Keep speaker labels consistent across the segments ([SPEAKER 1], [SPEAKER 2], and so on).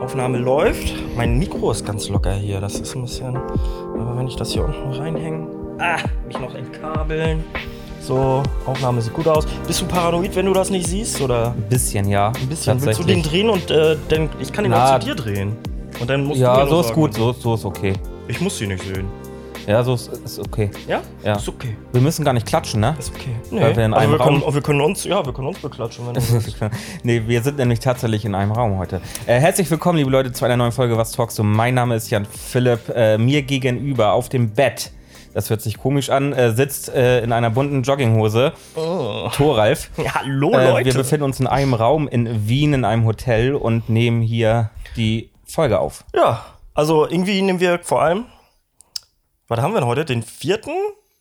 [SPEAKER 1] Aufnahme läuft. Mein Mikro ist ganz locker hier. Das ist ein bisschen. Aber wenn ich das hier unten reinhänge. Ah, mich noch entkabeln. So, Aufnahme sieht gut aus. Bist du paranoid, wenn du das nicht siehst? Oder
[SPEAKER 2] Ein bisschen, ja.
[SPEAKER 1] ein bisschen? Willst du den drehen und äh, dann. Ich kann den
[SPEAKER 2] Na,
[SPEAKER 1] auch zu dir drehen. Und dann musst du.
[SPEAKER 2] Ja,
[SPEAKER 1] mir
[SPEAKER 2] so
[SPEAKER 1] nur
[SPEAKER 2] ist
[SPEAKER 1] sagen.
[SPEAKER 2] gut, so, so ist okay.
[SPEAKER 1] Ich muss sie nicht sehen.
[SPEAKER 2] Ja, so ist, ist okay.
[SPEAKER 1] Ja?
[SPEAKER 2] Ja.
[SPEAKER 1] Ist okay.
[SPEAKER 2] Wir müssen gar nicht klatschen, ne?
[SPEAKER 1] Ist okay.
[SPEAKER 2] Weil wir in
[SPEAKER 1] also
[SPEAKER 2] einem
[SPEAKER 1] wir,
[SPEAKER 2] Raum-
[SPEAKER 1] können, wir können uns, ja, wir können uns beklatschen, wenn du willst.
[SPEAKER 2] nee, wir sind nämlich tatsächlich in einem Raum heute. Äh, herzlich willkommen, liebe Leute, zu einer neuen Folge Was Talkst du? Mein Name ist Jan Philipp. Äh, mir gegenüber auf dem Bett, das hört sich komisch an, äh, sitzt äh, in einer bunten Jogginghose
[SPEAKER 1] Oh.
[SPEAKER 2] Thoralf.
[SPEAKER 1] Ja, hallo
[SPEAKER 2] Äh, wir
[SPEAKER 1] Leute.
[SPEAKER 2] befinden uns in einem Raum in Wien, in einem Hotel und nehmen hier die Folge auf.
[SPEAKER 1] Ja, also irgendwie nehmen wir vor allem, was haben wir denn heute? Den vierten?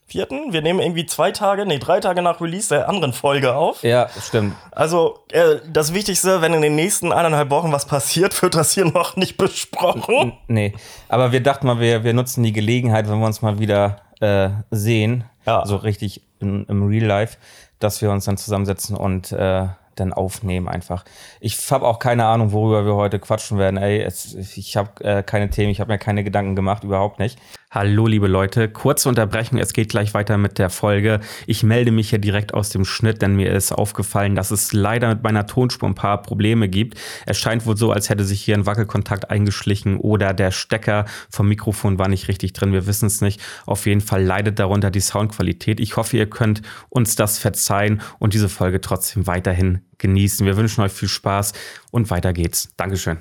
[SPEAKER 1] Vierten? Wir nehmen irgendwie zwei Tage, nee, drei Tage nach Release der anderen Folge auf.
[SPEAKER 2] Ja, stimmt.
[SPEAKER 1] Also, äh, das Wichtigste, wenn in den nächsten eineinhalb Wochen was passiert, wird das hier noch nicht besprochen. Äh,
[SPEAKER 2] Nee, aber wir dachten mal, wir, wir nutzen die Gelegenheit, wenn wir uns mal wieder äh, sehen,
[SPEAKER 1] Ja.
[SPEAKER 2] so richtig in, im Real Life, dass wir uns dann zusammensetzen und äh, dann aufnehmen einfach. Ich habe auch keine Ahnung, worüber wir heute quatschen werden. Ey, es, ich habe äh, keine Themen, ich habe mir keine Gedanken gemacht, überhaupt nicht. Hallo, liebe Leute. Kurze Unterbrechung. Es geht gleich weiter mit der Folge. Ich melde mich hier direkt aus dem Schnitt, denn mir ist aufgefallen, dass es leider mit meiner Tonspur ein paar Probleme gibt. Es scheint wohl so, als hätte sich hier ein Wackelkontakt eingeschlichen oder der Stecker vom Mikrofon war nicht richtig drin. Wir wissen es nicht. Auf jeden Fall leidet darunter die Soundqualität. Ich hoffe, ihr könnt uns das verzeihen und diese Folge trotzdem weiterhin genießen. Wir wünschen euch viel Spaß und weiter geht's. Dankeschön.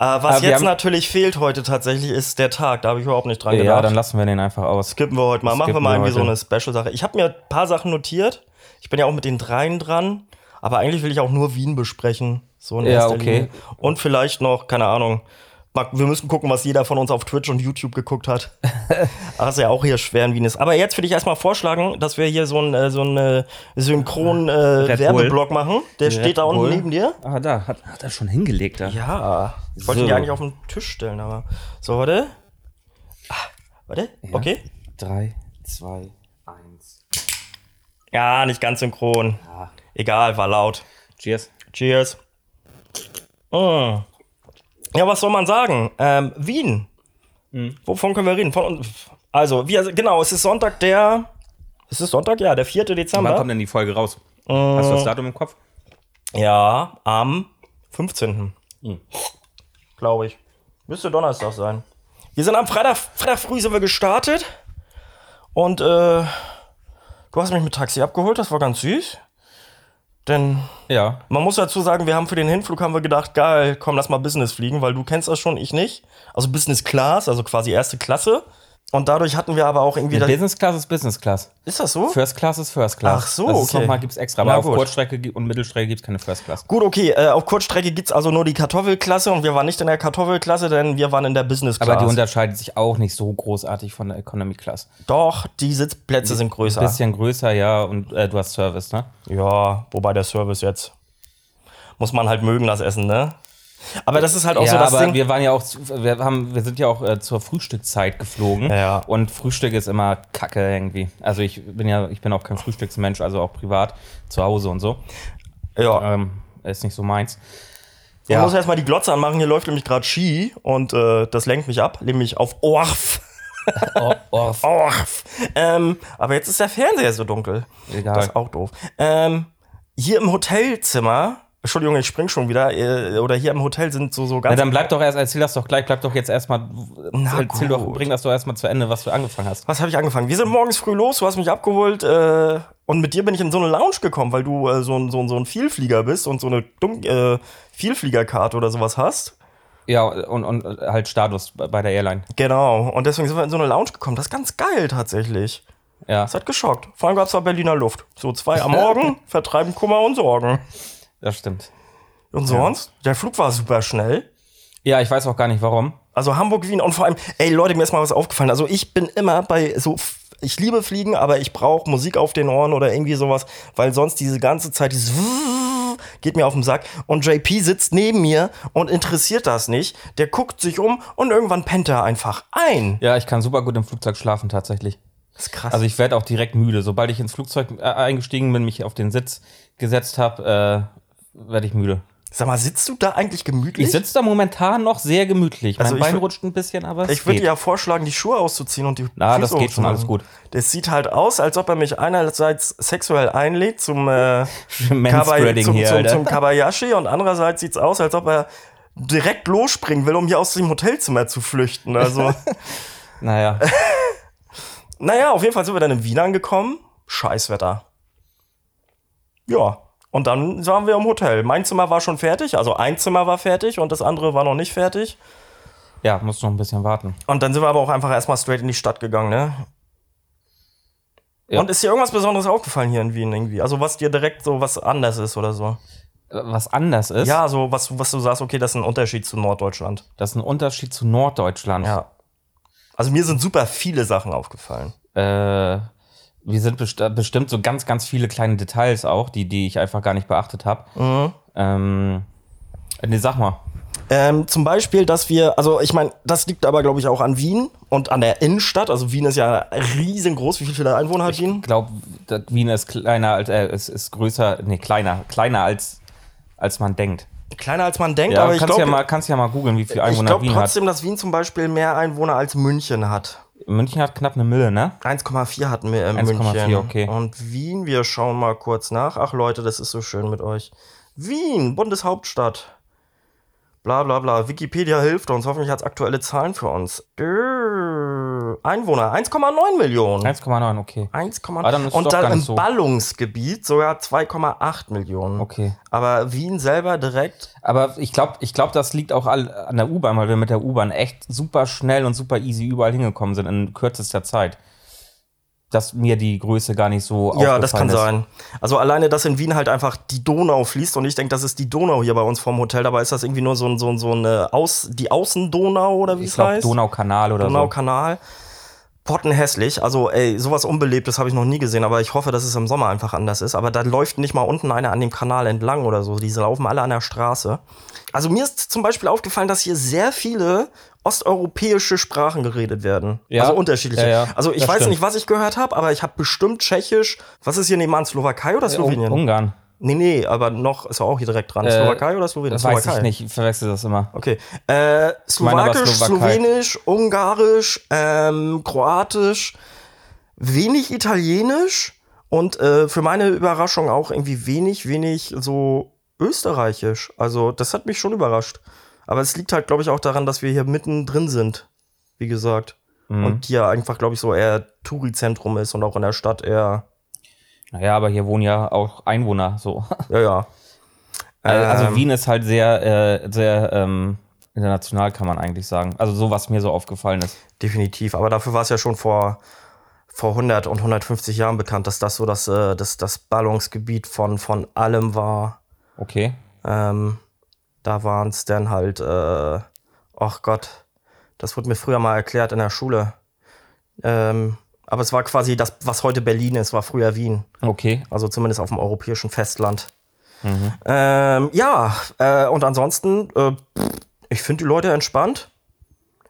[SPEAKER 1] Äh, was
[SPEAKER 2] Aber Ah, wir
[SPEAKER 1] jetzt
[SPEAKER 2] haben-
[SPEAKER 1] natürlich fehlt heute tatsächlich, ist der Tag. Da habe ich überhaupt nicht dran gedacht.
[SPEAKER 2] Ja, dann lassen wir den einfach aus.
[SPEAKER 1] Skippen wir heute mal. Machen wir
[SPEAKER 2] Skippen
[SPEAKER 1] mal
[SPEAKER 2] wir
[SPEAKER 1] irgendwie so
[SPEAKER 2] heute.
[SPEAKER 1] eine Special-Sache. Ich habe mir ein paar Sachen notiert. Ich bin ja auch mit den dreien dran. Aber eigentlich will ich auch nur Wien besprechen. So in
[SPEAKER 2] Ja,
[SPEAKER 1] erster
[SPEAKER 2] okay.
[SPEAKER 1] Linie. Und vielleicht noch, keine Ahnung. mal- Wir müssen gucken, was jeder von uns auf Twitch und YouTube geguckt hat. Das ist ja auch hier schwer in Wien ist. Aber jetzt würde ich erstmal vorschlagen, dass wir hier so einen äh, so einen, äh, synchronen äh,
[SPEAKER 2] Red
[SPEAKER 1] Werbeblock machen. Der steht da unten
[SPEAKER 2] Bull.
[SPEAKER 1] neben dir.
[SPEAKER 2] Ah, da hat, hat er schon hingelegt. Da.
[SPEAKER 1] Ja. Ich wollte
[SPEAKER 2] So.
[SPEAKER 1] ihn ja eigentlich auf den Tisch stellen, aber. So, warte. Ah, warte. Okay.
[SPEAKER 2] Drei, zwei, eins.
[SPEAKER 1] Ja, nicht ganz synchron.
[SPEAKER 2] Ja.
[SPEAKER 1] Egal, war laut.
[SPEAKER 2] Cheers.
[SPEAKER 1] Cheers. Mm. Ja, was soll man sagen? Ähm, Wien.
[SPEAKER 2] Hm.
[SPEAKER 1] Wovon können wir reden? Von, also, wir, genau, es ist Sonntag, der. Es ist Sonntag, ja, der 4.
[SPEAKER 2] Wann
[SPEAKER 1] Dezember.
[SPEAKER 2] kommt denn die Folge raus? Hast du das Datum im Kopf?
[SPEAKER 1] Ja, am 15.
[SPEAKER 2] Hm.
[SPEAKER 1] Glaube ich. Müsste Donnerstag sein. Wir sind am Freitag, Freitag früh sind wir gestartet. Und äh, du hast mich mit Taxi abgeholt, das war ganz süß. Denn
[SPEAKER 2] Ja.
[SPEAKER 1] Man muss dazu sagen, wir haben für den Hinflug haben wir gedacht, geil, komm, lass mal Business fliegen, weil du kennst das schon, ich nicht. Also Business Class, also quasi erste Klasse. Und dadurch hatten wir aber auch irgendwie. Das,
[SPEAKER 2] Business Class ist Business Class.
[SPEAKER 1] ist das so?
[SPEAKER 2] First Class ist First Class.
[SPEAKER 1] Ach so,
[SPEAKER 2] das ist
[SPEAKER 1] okay.
[SPEAKER 2] nochmal gibt's extra. Aber
[SPEAKER 1] Na
[SPEAKER 2] auf
[SPEAKER 1] gut.
[SPEAKER 2] Kurzstrecke gi- und Mittelstrecke gibt es keine First Class.
[SPEAKER 1] Gut, okay. Äh, auf Kurzstrecke gibt's also nur die Kartoffelklasse und wir waren nicht in der Kartoffelklasse, denn wir waren in der Business Class.
[SPEAKER 2] Aber die unterscheidet sich auch nicht so großartig von der Economy Class.
[SPEAKER 1] Doch, die Sitzplätze sind größer.
[SPEAKER 2] Bisschen größer, ja, und äh, du hast Service, ne?
[SPEAKER 1] Ja, wobei der Service jetzt. Muss man halt mögen, das Essen, ne? Aber das ist halt auch so das
[SPEAKER 2] aber
[SPEAKER 1] Ding.
[SPEAKER 2] wir waren ja auch, zu- wir, haben, wir sind ja auch äh, zur Frühstückszeit geflogen.
[SPEAKER 1] Ja.
[SPEAKER 2] Und Frühstück ist immer Kacke irgendwie. Also ich bin ja, ich bin auch kein Frühstücksmensch, also auch privat zu Hause und so.
[SPEAKER 1] ja.
[SPEAKER 2] Ähm, ist nicht so meins.
[SPEAKER 1] Man muss erstmal die Glotze anmachen, hier läuft nämlich gerade Ski und äh, das lenkt mich ab, nämlich auf Orf.
[SPEAKER 2] Oh, oh, f-
[SPEAKER 1] Orf. Ähm, aber jetzt ist der Fernseher so dunkel.
[SPEAKER 2] Egal.
[SPEAKER 1] Das ist auch doof. Ähm, hier im Hotelzimmer, Entschuldigung, ich spring schon wieder, äh, oder hier im Hotel sind so, so
[SPEAKER 2] Na,
[SPEAKER 1] ganz.
[SPEAKER 2] dann bleib doch erst, erzähl das doch gleich, bleib doch jetzt erstmal, erzähl doch,
[SPEAKER 1] gut.
[SPEAKER 2] bring das doch erstmal zu Ende, was du angefangen hast.
[SPEAKER 1] was habe ich angefangen? Wir sind morgens früh los, du hast mich abgeholt äh, und mit dir bin ich in so eine Lounge gekommen, weil du äh, so, ein, so, ein, so ein Vielflieger bist und so eine Dun äh, Vielfliegerkarte oder sowas hast.
[SPEAKER 2] Ja, und, und halt Status bei der Airline.
[SPEAKER 1] Genau, und deswegen sind wir in so eine Lounge gekommen. Das ist ganz geil tatsächlich.
[SPEAKER 2] Ja,
[SPEAKER 1] Das hat geschockt. Vor allem gab es da Berliner Luft. So zwei am Morgen, vertreiben Kummer und Sorgen.
[SPEAKER 2] das stimmt.
[SPEAKER 1] Und sonst? Der Flug war super schnell.
[SPEAKER 2] Ja, ich weiß auch gar nicht warum.
[SPEAKER 1] Also Hamburg, Wien und vor allem, ey Leute, mir ist mal was aufgefallen. Also ich bin immer bei so, ich liebe Fliegen, aber ich brauche Musik auf den Ohren oder irgendwie sowas, weil sonst diese ganze Zeit dieses geht mir auf den Sack. Und JP sitzt neben mir und interessiert das nicht. Der guckt sich um und irgendwann pennt er einfach ein.
[SPEAKER 2] Ja, ich kann super gut im Flugzeug schlafen tatsächlich.
[SPEAKER 1] Das ist krass.
[SPEAKER 2] Also ich werde auch direkt müde. Sobald ich ins Flugzeug äh, eingestiegen bin, mich auf den Sitz gesetzt habe, äh, werde ich müde.
[SPEAKER 1] Sag mal, sitzt du da eigentlich gemütlich?
[SPEAKER 2] Ich sitze da momentan noch sehr gemütlich. Mein
[SPEAKER 1] Also ich
[SPEAKER 2] Bein
[SPEAKER 1] wür-
[SPEAKER 2] rutscht ein bisschen, aber es
[SPEAKER 1] Ich würde
[SPEAKER 2] geht.
[SPEAKER 1] dir ja vorschlagen, die Schuhe auszuziehen und die
[SPEAKER 2] Na,
[SPEAKER 1] Füße
[SPEAKER 2] das geht schon,
[SPEAKER 1] hochzumachen.
[SPEAKER 2] alles gut.
[SPEAKER 1] Das sieht halt aus, als ob er mich einerseits sexuell einlädt zum, äh, Kabai,
[SPEAKER 2] Manspreading
[SPEAKER 1] zum,
[SPEAKER 2] hier,
[SPEAKER 1] zum,
[SPEAKER 2] Alter.
[SPEAKER 1] zum Kabayashi und andererseits sieht es aus, als ob er direkt losspringen will, um hier aus dem Hotelzimmer zu flüchten. Also,
[SPEAKER 2] Naja,
[SPEAKER 1] naja, auf jeden Fall sind wir dann in Wien angekommen. Scheißwetter. Ja. Und dann waren wir im Hotel. Mein Zimmer war schon fertig, also ein Zimmer war fertig und das andere war noch nicht fertig.
[SPEAKER 2] ja, muss noch ein bisschen warten.
[SPEAKER 1] Und dann sind wir aber auch einfach erstmal straight in die Stadt gegangen, ne?
[SPEAKER 2] Ja.
[SPEAKER 1] Und ist dir irgendwas Besonderes aufgefallen hier in Wien irgendwie? Also was dir direkt so was anders ist oder so?
[SPEAKER 2] Was anders ist,
[SPEAKER 1] Ja, so was, was du sagst, okay, das ist ein Unterschied zu Norddeutschland.
[SPEAKER 2] das ist ein Unterschied zu Norddeutschland.
[SPEAKER 1] Ja. Also mir sind super viele Sachen aufgefallen.
[SPEAKER 2] äh, wir sind best bestimmt so ganz, ganz viele kleine Details auch, die, die ich einfach gar nicht beachtet habe.
[SPEAKER 1] Mhm.
[SPEAKER 2] Ähm, nee, sag mal.
[SPEAKER 1] Ähm, zum Beispiel, dass wir, also ich meine, das liegt aber, glaube ich, auch an Wien und an der Innenstadt. Also Wien ist ja riesengroß. Wie viele Einwohner hat Wien?
[SPEAKER 2] Ich glaube, Wien ist kleiner als, äh, es ist größer, nee, kleiner, kleiner als, als man denkt.
[SPEAKER 1] Kleiner als man denkt,
[SPEAKER 2] Ja,
[SPEAKER 1] aber ich
[SPEAKER 2] kannst,
[SPEAKER 1] glaube,
[SPEAKER 2] ja mal, kannst ja mal googeln, wie viele
[SPEAKER 1] ich
[SPEAKER 2] Einwohner
[SPEAKER 1] glaube
[SPEAKER 2] Wien
[SPEAKER 1] trotzdem, dass Wien zum Beispiel mehr Einwohner als München hat.
[SPEAKER 2] hat. München hat knapp eine Mille, ne?
[SPEAKER 1] 1,4 hatten wir in
[SPEAKER 2] 1,4,
[SPEAKER 1] München.
[SPEAKER 2] okay.
[SPEAKER 1] Und Wien, wir schauen mal kurz nach. Ach Leute, das ist so schön mit euch. Wien, Bundeshauptstadt. Bla bla bla. Wikipedia hilft uns. Hoffentlich hat es aktuelle Zahlen für uns. Äh, Einwohner 1,9 Millionen.
[SPEAKER 2] 1,9, okay.
[SPEAKER 1] 1,9.
[SPEAKER 2] Ah, dann ist
[SPEAKER 1] Und
[SPEAKER 2] doch gar
[SPEAKER 1] dann im
[SPEAKER 2] nicht so.
[SPEAKER 1] Ballungsgebiet sogar 2,8 Millionen.
[SPEAKER 2] Okay.
[SPEAKER 1] Aber Wien selber direkt.
[SPEAKER 2] Aber ich glaube, ich glaub, das liegt auch all, an der U-Bahn, weil wir mit der U-Bahn echt super schnell und super easy überall hingekommen sind in kürzester Zeit. Dass mir die Größe gar nicht so
[SPEAKER 1] Ja, das kann
[SPEAKER 2] aufgefallen ist.
[SPEAKER 1] sein. Also alleine, dass in Wien halt einfach die Donau fließt und ich denke, das ist die Donau hier bei uns vom Hotel. Dabei ist das irgendwie nur so, ein, so, ein, so eine Aus, die Außendonau oder wie
[SPEAKER 2] Ich
[SPEAKER 1] es
[SPEAKER 2] glaube,
[SPEAKER 1] heißt.
[SPEAKER 2] Donaukanal oder
[SPEAKER 1] Genau,
[SPEAKER 2] so.
[SPEAKER 1] Donaukanal. Pottenhässlich. Also, ey, sowas Unbelebtes habe ich noch nie gesehen, aber ich hoffe, dass es im Sommer einfach anders ist. Aber da läuft nicht mal unten einer an dem Kanal entlang oder so. Die laufen alle an der Straße. Also, mir ist zum Beispiel aufgefallen, dass hier sehr viele osteuropäische Sprachen geredet werden.
[SPEAKER 2] Ja.
[SPEAKER 1] Also unterschiedliche.
[SPEAKER 2] Ja, ja.
[SPEAKER 1] Also, ich
[SPEAKER 2] Das
[SPEAKER 1] weiß
[SPEAKER 2] stimmt.
[SPEAKER 1] nicht, was ich gehört habe, aber ich habe bestimmt Tschechisch. Was ist hier nebenan? Slowakei oder Slowenien?
[SPEAKER 2] Ungarn.
[SPEAKER 1] nee, nee, aber noch ist ja auch hier direkt dran.
[SPEAKER 2] Äh,
[SPEAKER 1] Slowakei oder Slowenien?
[SPEAKER 2] Das
[SPEAKER 1] Slowakei.
[SPEAKER 2] weiß ich nicht, ich verwechsel das immer.
[SPEAKER 1] Okay. Äh,
[SPEAKER 2] meine aber
[SPEAKER 1] Slowakisch,
[SPEAKER 2] Slowakei.
[SPEAKER 1] Slowenisch, Ungarisch, ähm, Kroatisch, wenig Italienisch und äh, für meine Überraschung auch irgendwie wenig, wenig so Österreichisch. Also, das hat mich schon überrascht. Aber es liegt halt, glaube ich, auch daran, dass wir hier mittendrin sind. Wie gesagt.
[SPEAKER 2] Mhm.
[SPEAKER 1] Und hier einfach, glaube ich, so eher Touri-Zentrum ist und auch in der Stadt eher.
[SPEAKER 2] Naja, aber hier wohnen ja auch Einwohner so.
[SPEAKER 1] Ja, ja.
[SPEAKER 2] Also
[SPEAKER 1] Ähm.
[SPEAKER 2] Wien ist halt sehr, äh, sehr ähm, international, kann man eigentlich sagen. Also so, was mir so aufgefallen ist.
[SPEAKER 1] Definitiv. Aber dafür war es ja schon vor, vor 100 und 150 Jahren bekannt, dass das so das, äh, das, das Ballungsgebiet von, von allem war.
[SPEAKER 2] Okay.
[SPEAKER 1] Ähm, da waren es dann halt, äh, ach Gott, das wurde mir früher mal erklärt in der Schule. Ähm, aber es war quasi das, was heute Berlin ist, war früher Wien.
[SPEAKER 2] Okay.
[SPEAKER 1] Also zumindest auf dem europäischen Festland. Ähm, ja, äh, und ansonsten, äh, pff, ich finde die Leute entspannt.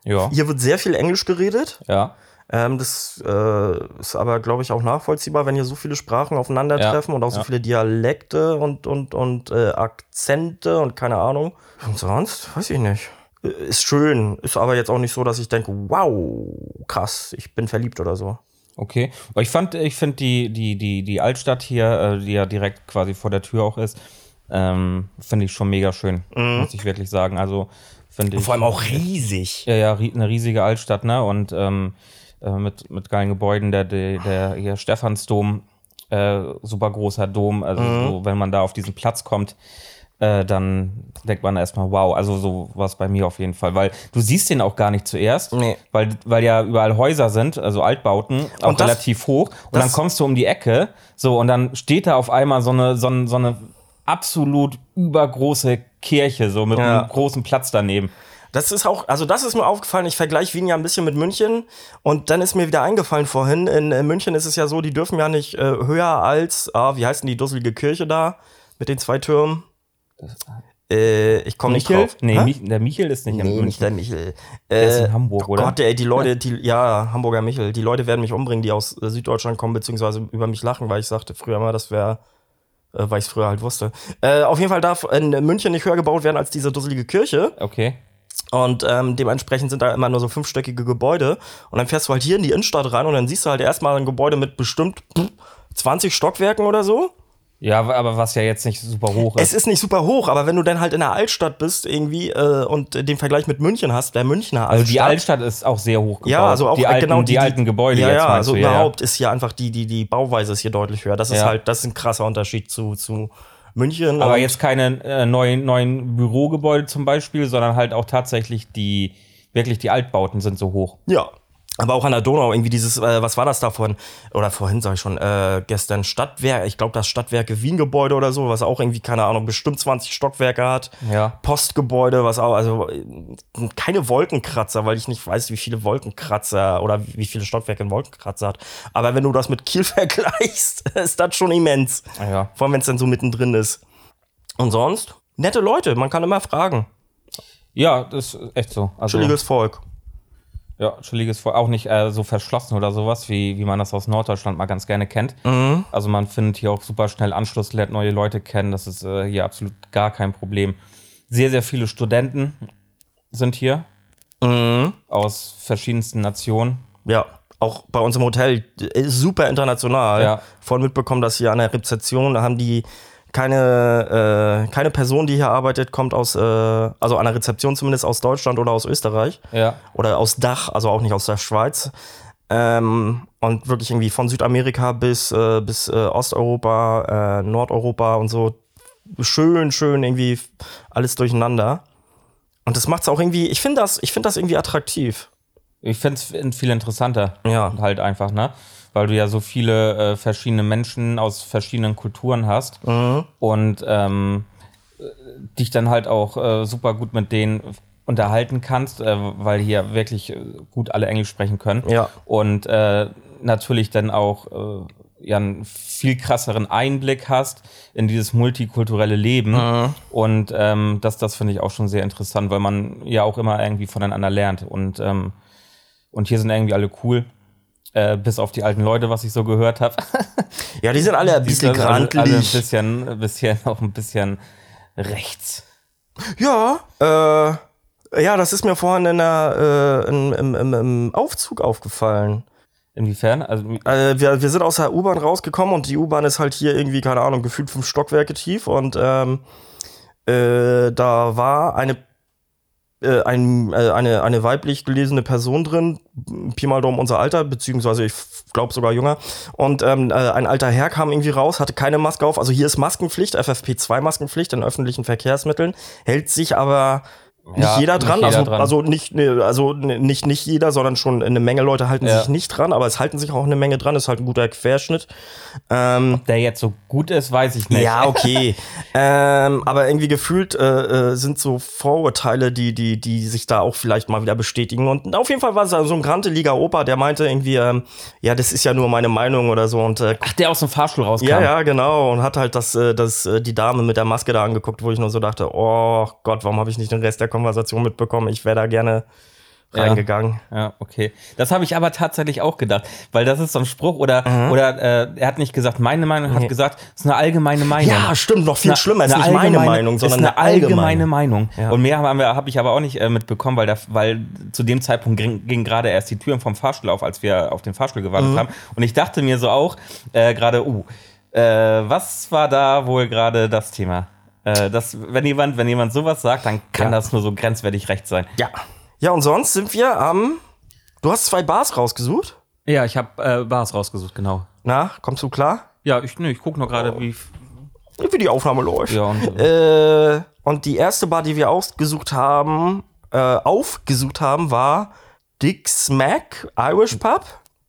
[SPEAKER 2] Ja.
[SPEAKER 1] Hier wird sehr viel Englisch geredet.
[SPEAKER 2] Ja.
[SPEAKER 1] Ähm, das äh, ist aber, glaube ich, auch nachvollziehbar, wenn hier so viele Sprachen aufeinandertreffen
[SPEAKER 2] Ja,
[SPEAKER 1] und auch so
[SPEAKER 2] ja.
[SPEAKER 1] viele Dialekte und, und, und äh, Akzente und keine Ahnung. Und sonst, weiß ich nicht. Äh, Ist schön, ist aber jetzt auch nicht so, dass ich denke, wow, krass, ich bin verliebt oder so.
[SPEAKER 2] Okay. Aber ich fand, ich finde die, die, die, die Altstadt hier, äh, die ja direkt quasi vor der Tür auch ist, ähm, finde ich schon mega schön. Muss ich wirklich sagen. Also finde ich.
[SPEAKER 1] riesig.
[SPEAKER 2] Ja, ja, ri- eine riesige Altstadt, ne? Und ähm, äh, mit, mit geilen Gebäuden, der, der, der hier Stephansdom, äh, super großer Dom. Also,
[SPEAKER 1] Mhm.
[SPEAKER 2] so, wenn man da auf diesen Platz kommt, äh, dann denkt man erstmal, wow. Also, so war es bei mir auf jeden Fall. Weil du siehst den auch gar nicht zuerst,
[SPEAKER 1] Nee.
[SPEAKER 2] weil, weil ja überall Häuser sind, also Altbauten, auch
[SPEAKER 1] Und das-
[SPEAKER 2] relativ hoch. Und
[SPEAKER 1] das-
[SPEAKER 2] dann kommst du um die Ecke, so, und dann steht da auf einmal so eine, so, eine- so eine absolut übergroße Kirche, so mit
[SPEAKER 1] Ja.
[SPEAKER 2] einem großen Platz daneben.
[SPEAKER 1] Das ist auch, also das ist mir aufgefallen, ich vergleiche Wien ja ein bisschen mit München und dann ist mir wieder eingefallen vorhin, in äh, München ist es ja so, die dürfen ja nicht äh, höher als, ah, wie heißt denn die dusselige Kirche da mit den zwei Türmen? Äh, ich komme nicht
[SPEAKER 2] Michel?
[SPEAKER 1] drauf.
[SPEAKER 2] Nee,
[SPEAKER 1] Hä?
[SPEAKER 2] Mich, der Michel ist nicht in
[SPEAKER 1] nee
[SPEAKER 2] München.
[SPEAKER 1] nicht der Michel.
[SPEAKER 2] der ist
[SPEAKER 1] Äh,
[SPEAKER 2] in Hamburg, oder?
[SPEAKER 1] Gott, ey, die Leute, die, ja, Hamburger Michel, die Leute werden mich umbringen, die aus äh, Süddeutschland kommen, beziehungsweise über mich lachen, weil ich sagte früher mal, das wäre äh, weil ich es früher halt wusste. Äh, auf jeden Fall darf in München nicht höher gebaut werden als diese dusselige Kirche.
[SPEAKER 2] Okay.
[SPEAKER 1] Und ähm, dementsprechend sind da immer nur so fünfstöckige Gebäude. Und dann fährst du halt hier in die Innenstadt rein und dann siehst du halt erstmal ein Gebäude mit bestimmt pff, 20 Stockwerken oder so.
[SPEAKER 2] Ja, aber- aber was ja jetzt nicht super hoch
[SPEAKER 1] Es
[SPEAKER 2] ist.
[SPEAKER 1] ist nicht super hoch, aber wenn du dann halt in der Altstadt bist irgendwie äh, und den Vergleich mit München hast, der Münchner Altstadt.
[SPEAKER 2] also die Altstadt ist auch sehr hoch gebaut.
[SPEAKER 1] ja, also auch
[SPEAKER 2] die
[SPEAKER 1] äh,
[SPEAKER 2] alten,
[SPEAKER 1] genau
[SPEAKER 2] die, alten Gebäude
[SPEAKER 1] Ja,
[SPEAKER 2] jetzt
[SPEAKER 1] ja,
[SPEAKER 2] meinst
[SPEAKER 1] also
[SPEAKER 2] du, ja,
[SPEAKER 1] überhaupt ist hier einfach die, die, die Bauweise ist hier deutlich höher. Das ist
[SPEAKER 2] Ja.
[SPEAKER 1] halt, das ist ein krasser Unterschied zu, zu München.
[SPEAKER 2] Aber
[SPEAKER 1] Und-
[SPEAKER 2] jetzt keine äh, neuen, neuen Bürogebäude zum Beispiel, sondern halt auch tatsächlich die, wirklich die Altbauten sind so hoch.
[SPEAKER 1] Ja. Aber auch an der Donau irgendwie dieses, äh, was war das da vorhin? Oder vorhin, sag ich schon, äh, gestern Stadtwerk, ich glaube das Stadtwerke Wien-Gebäude oder so, was auch irgendwie, keine Ahnung, bestimmt 20 Stockwerke hat.
[SPEAKER 2] Ja.
[SPEAKER 1] Postgebäude, was auch, also äh, keine Wolkenkratzer, weil ich nicht weiß, wie viele Wolkenkratzer oder wie viele Stockwerke ein Wolkenkratzer hat. Aber wenn du das mit Kiel vergleichst, ist das schon immens.
[SPEAKER 2] Ja.
[SPEAKER 1] Vor allem, wenn es dann so mittendrin ist. Und sonst? Nette Leute, man kann immer fragen.
[SPEAKER 2] Ja, das ist echt so. Also,
[SPEAKER 1] Entschuldiges Volk.
[SPEAKER 2] Ja, chilliges Volk. Auch nicht äh, so verschlossen oder sowas, wie, wie man das aus Norddeutschland mal ganz gerne kennt. Also man findet hier auch super schnell Anschluss, lernt neue Leute kennen. Das ist äh, hier absolut gar kein Problem. Sehr, sehr viele Studenten sind hier aus verschiedensten Nationen.
[SPEAKER 1] Ja, auch bei uns im Hotel äh, super international.
[SPEAKER 2] Ja.
[SPEAKER 1] Vorhin mitbekommen, dass hier an der Rezeption, da haben die keine, äh, keine Person, die hier arbeitet, kommt aus, äh, also an der Rezeption zumindest aus Deutschland oder aus Österreich
[SPEAKER 2] Ja.
[SPEAKER 1] oder aus Dach, also auch nicht aus der Schweiz. Ähm, und wirklich irgendwie von Südamerika bis, äh, bis äh, Osteuropa, äh, Nordeuropa und so. Schön, schön, irgendwie f- alles durcheinander. Und das macht's auch irgendwie, ich finde das, ich finde das irgendwie attraktiv.
[SPEAKER 2] Ich finde es viel interessanter.
[SPEAKER 1] Ja.
[SPEAKER 2] Halt einfach, ne? Weil du ja so viele äh, verschiedene Menschen aus verschiedenen Kulturen hast und ähm, äh, dich dann halt auch äh, super gut mit denen unterhalten kannst, äh, weil hier wirklich äh, gut alle Englisch sprechen können.
[SPEAKER 1] Ja.
[SPEAKER 2] Und äh, natürlich dann auch äh, ja, einen viel krasseren Einblick hast in dieses multikulturelle Leben.
[SPEAKER 1] Mhm.
[SPEAKER 2] Und ähm, das, das finde ich auch schon sehr interessant, weil man ja auch immer irgendwie voneinander lernt. Und, ähm, und hier sind irgendwie alle cool. Äh, bis auf die alten Leute, was ich so gehört habe.
[SPEAKER 1] Ja, die sind alle ein bisschen
[SPEAKER 2] Also alle, alle ein
[SPEAKER 1] grantelig.
[SPEAKER 2] bisschen, ein bisschen, auch ein bisschen rechts.
[SPEAKER 1] Ja, äh, ja, das ist mir vorhin in der, äh, in, im, im, im Aufzug aufgefallen.
[SPEAKER 2] Inwiefern? Also,
[SPEAKER 1] Äh, wir, wir sind aus der U-Bahn rausgekommen und die U-Bahn ist halt hier irgendwie, keine Ahnung, gefühlt fünf Stockwerke tief und ähm, äh, da war eine, äh, ein, äh, eine, eine weiblich gelesene Person drin, Pi mal Daumen unser Alter, beziehungsweise ich glaube sogar jünger. Und ähm, äh, ein alter Herr kam irgendwie raus, hatte keine Maske auf. Also hier ist Maskenpflicht, FFP2-Maskenpflicht in öffentlichen Verkehrsmitteln, hält sich aber. Nicht
[SPEAKER 2] Ja,
[SPEAKER 1] jeder
[SPEAKER 2] nicht
[SPEAKER 1] dran,
[SPEAKER 2] jeder
[SPEAKER 1] also,
[SPEAKER 2] dran.
[SPEAKER 1] also nicht, nee, also n- nicht, nicht jeder, sondern schon eine Menge Leute halten
[SPEAKER 2] Ja.
[SPEAKER 1] sich nicht dran, aber es halten sich auch eine Menge dran, ist halt ein guter Querschnitt. Ähm,
[SPEAKER 2] der jetzt so gut ist, weiß ich nicht.
[SPEAKER 1] ja, okay. ähm, aber irgendwie gefühlt äh, äh, sind so Vorurteile, die, die, die sich da auch vielleicht mal wieder bestätigen. Und auf jeden Fall war es so ein granteliger Opa, der meinte irgendwie, ähm, ja, das ist ja nur meine Meinung oder so. Und äh,
[SPEAKER 2] Ach, der aus dem Fahrstuhl rauskam.
[SPEAKER 1] ja, ja, genau. Und hat halt das, äh, das, äh, die Dame mit der Maske da angeguckt, wo ich nur so dachte, oh Gott, warum habe ich nicht den Rest der Konversation mitbekommen? Ich wäre da gerne
[SPEAKER 2] Ja.
[SPEAKER 1] reingegangen.
[SPEAKER 2] Ja, okay. Das habe ich aber tatsächlich auch gedacht, weil das ist so ein Spruch oder,
[SPEAKER 1] Mhm.
[SPEAKER 2] oder äh, er hat nicht gesagt meine Meinung, hat gesagt, es ist eine allgemeine Meinung.
[SPEAKER 1] Ja, stimmt, noch viel
[SPEAKER 2] Eine-
[SPEAKER 1] schlimmer. Ist
[SPEAKER 2] eine
[SPEAKER 1] nicht meine
[SPEAKER 2] allgemeine-
[SPEAKER 1] Meinung,
[SPEAKER 2] ist
[SPEAKER 1] sondern
[SPEAKER 2] eine allgemeine Meinung.
[SPEAKER 1] Ja.
[SPEAKER 2] Und mehr habe hab ich aber auch nicht äh, mitbekommen, weil, da, weil zu dem Zeitpunkt ging, ging gerade erst die Türen vom Fahrstuhl auf, als wir auf den Fahrstuhl gewartet
[SPEAKER 1] Mhm.
[SPEAKER 2] haben. Und ich dachte mir so auch äh, gerade, uh, äh, was war da wohl gerade das Thema? Äh, das, wenn, jemand, wenn jemand sowas sagt, dann kann
[SPEAKER 1] Ja.
[SPEAKER 2] das nur so grenzwertig recht sein.
[SPEAKER 1] Ja. Ja, und sonst sind wir am. Du hast zwei Bars rausgesucht.
[SPEAKER 2] Ja, ich habe äh, Bars rausgesucht, genau.
[SPEAKER 1] Na, kommst du klar?
[SPEAKER 2] Ja, ich, nö, ich guck nur gerade, wie.
[SPEAKER 1] Wie die Aufnahme läuft.
[SPEAKER 2] Ja, und,
[SPEAKER 1] Äh, und die erste Bar, die wir ausgesucht haben, äh, aufgesucht haben, war Dick's Mac, Irish Pub.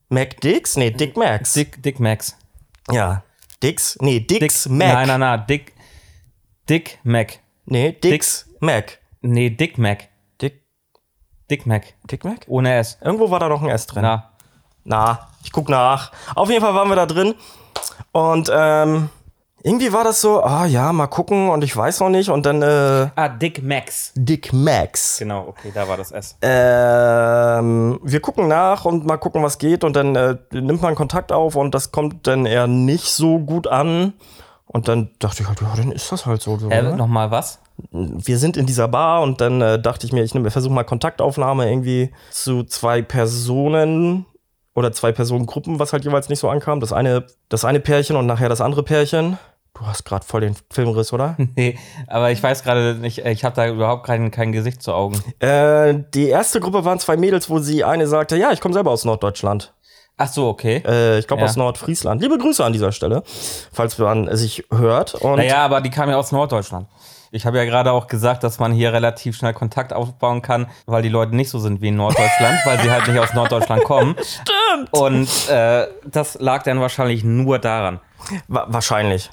[SPEAKER 1] Mac Dicks? Nee, Dick Macs.
[SPEAKER 2] Hm. Dick, Dick Max.
[SPEAKER 1] Ja. Dicks? Nee, Dick's Mac.
[SPEAKER 2] Nein, nein, nein. Dick. Dick Mac.
[SPEAKER 1] Nee, Dick's Mac.
[SPEAKER 2] Nee, Dick Mac.
[SPEAKER 1] Dick,
[SPEAKER 2] Dick Mac.
[SPEAKER 1] Dick Mac?
[SPEAKER 2] Ohne S.
[SPEAKER 1] Irgendwo war da noch ein S drin.
[SPEAKER 2] Na.
[SPEAKER 1] Na, ich guck nach. Auf jeden Fall waren wir da drin. Und ähm, irgendwie war das so, ah ja, mal gucken und ich weiß noch nicht. Und dann äh,
[SPEAKER 2] Ah, Dick Max.
[SPEAKER 1] Dick Max.
[SPEAKER 2] Genau, okay, da war das S.
[SPEAKER 1] Ähm, wir gucken nach und mal gucken, was geht. Und dann äh, nimmt man Kontakt auf und das kommt dann eher nicht so gut an. Und dann dachte ich halt, ja, dann ist das halt so. so
[SPEAKER 2] Äh,
[SPEAKER 1] ne?
[SPEAKER 2] Nochmal was?
[SPEAKER 1] wir sind in dieser Bar und dann äh, dachte ich mir, ich versuche mal Kontaktaufnahme irgendwie zu zwei Personen oder zwei Personengruppen, was halt jeweils nicht so ankam. Das eine, das eine Pärchen und nachher das andere Pärchen. Du hast gerade voll den Filmriss, oder?
[SPEAKER 2] Nee, aber ich weiß gerade nicht, äh, ich habe da überhaupt kein, kein Gesicht zu Augen.
[SPEAKER 1] äh, die erste Gruppe waren zwei Mädels, wo sie eine sagte, ja, ich komme selber aus Norddeutschland.
[SPEAKER 2] Ach so, okay.
[SPEAKER 1] Äh, ich glaube
[SPEAKER 2] Ja.
[SPEAKER 1] aus Nordfriesland. Liebe Grüße an dieser Stelle, falls man sich hört. Und
[SPEAKER 2] Naja, aber die kam ja aus Norddeutschland. Ich habe ja gerade auch gesagt, dass man hier relativ schnell Kontakt aufbauen kann, weil die Leute nicht so sind wie in Norddeutschland, weil sie halt nicht aus Norddeutschland kommen. Stimmt! Und äh, das lag dann wahrscheinlich nur daran.
[SPEAKER 1] wa wahrscheinlich.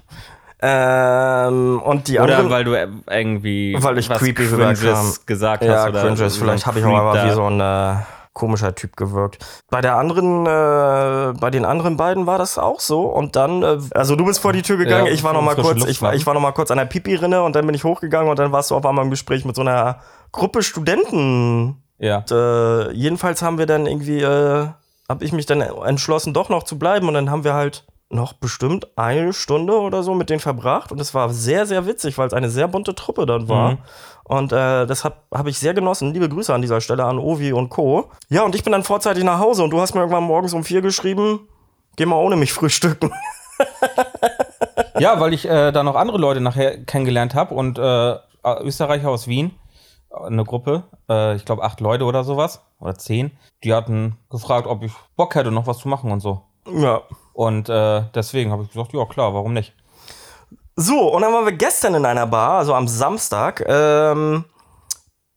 [SPEAKER 1] Ähm, und die
[SPEAKER 2] Oder
[SPEAKER 1] anderen.
[SPEAKER 2] weil du äh, irgendwie
[SPEAKER 1] Weil ich
[SPEAKER 2] was
[SPEAKER 1] creepy
[SPEAKER 2] Cringes
[SPEAKER 1] rüberkam.
[SPEAKER 2] gesagt hast.
[SPEAKER 1] Ja,
[SPEAKER 2] oder
[SPEAKER 1] Cringes.
[SPEAKER 2] so
[SPEAKER 1] Vielleicht
[SPEAKER 2] ein
[SPEAKER 1] habe ich auch
[SPEAKER 2] Creep
[SPEAKER 1] aber
[SPEAKER 2] da.
[SPEAKER 1] wie so ein äh, komischer Typ gewirkt. Bei der anderen, äh, bei den anderen beiden war das auch so. Und dann, äh, also du bist vor die Tür gegangen,
[SPEAKER 2] Ja,
[SPEAKER 1] ich war noch mal
[SPEAKER 2] frische
[SPEAKER 1] kurz,
[SPEAKER 2] Luft
[SPEAKER 1] ich war,
[SPEAKER 2] machen.
[SPEAKER 1] ich war noch mal kurz an der Pipi-Rinne und dann bin ich hochgegangen und dann warst du auf einmal im Gespräch mit so einer Gruppe Studenten.
[SPEAKER 2] Ja.
[SPEAKER 1] Und, äh, jedenfalls haben wir dann irgendwie, äh, habe ich mich dann entschlossen, doch noch zu bleiben. Und dann haben wir halt noch bestimmt eine Stunde oder so mit denen verbracht. Und es war sehr, sehr witzig, weil es eine sehr bunte Truppe dann war.
[SPEAKER 2] Mhm.
[SPEAKER 1] Und äh, das habe hab ich sehr genossen. Liebe Grüße an dieser Stelle an Ovi und Co. Ja, und ich bin dann vorzeitig nach Hause und du hast mir irgendwann morgens um vier geschrieben, geh mal ohne mich frühstücken.
[SPEAKER 2] Ja, weil ich äh, da noch andere Leute nachher kennengelernt habe und äh, Österreicher aus Wien, eine Gruppe, äh, ich glaube acht Leute oder sowas, oder zehn, die hatten gefragt, ob ich Bock hätte, noch was zu machen und so.
[SPEAKER 1] ja.
[SPEAKER 2] Und äh, deswegen habe ich gesagt, ja klar, warum nicht?
[SPEAKER 1] So, und dann waren wir gestern in einer Bar, also am Samstag, ähm,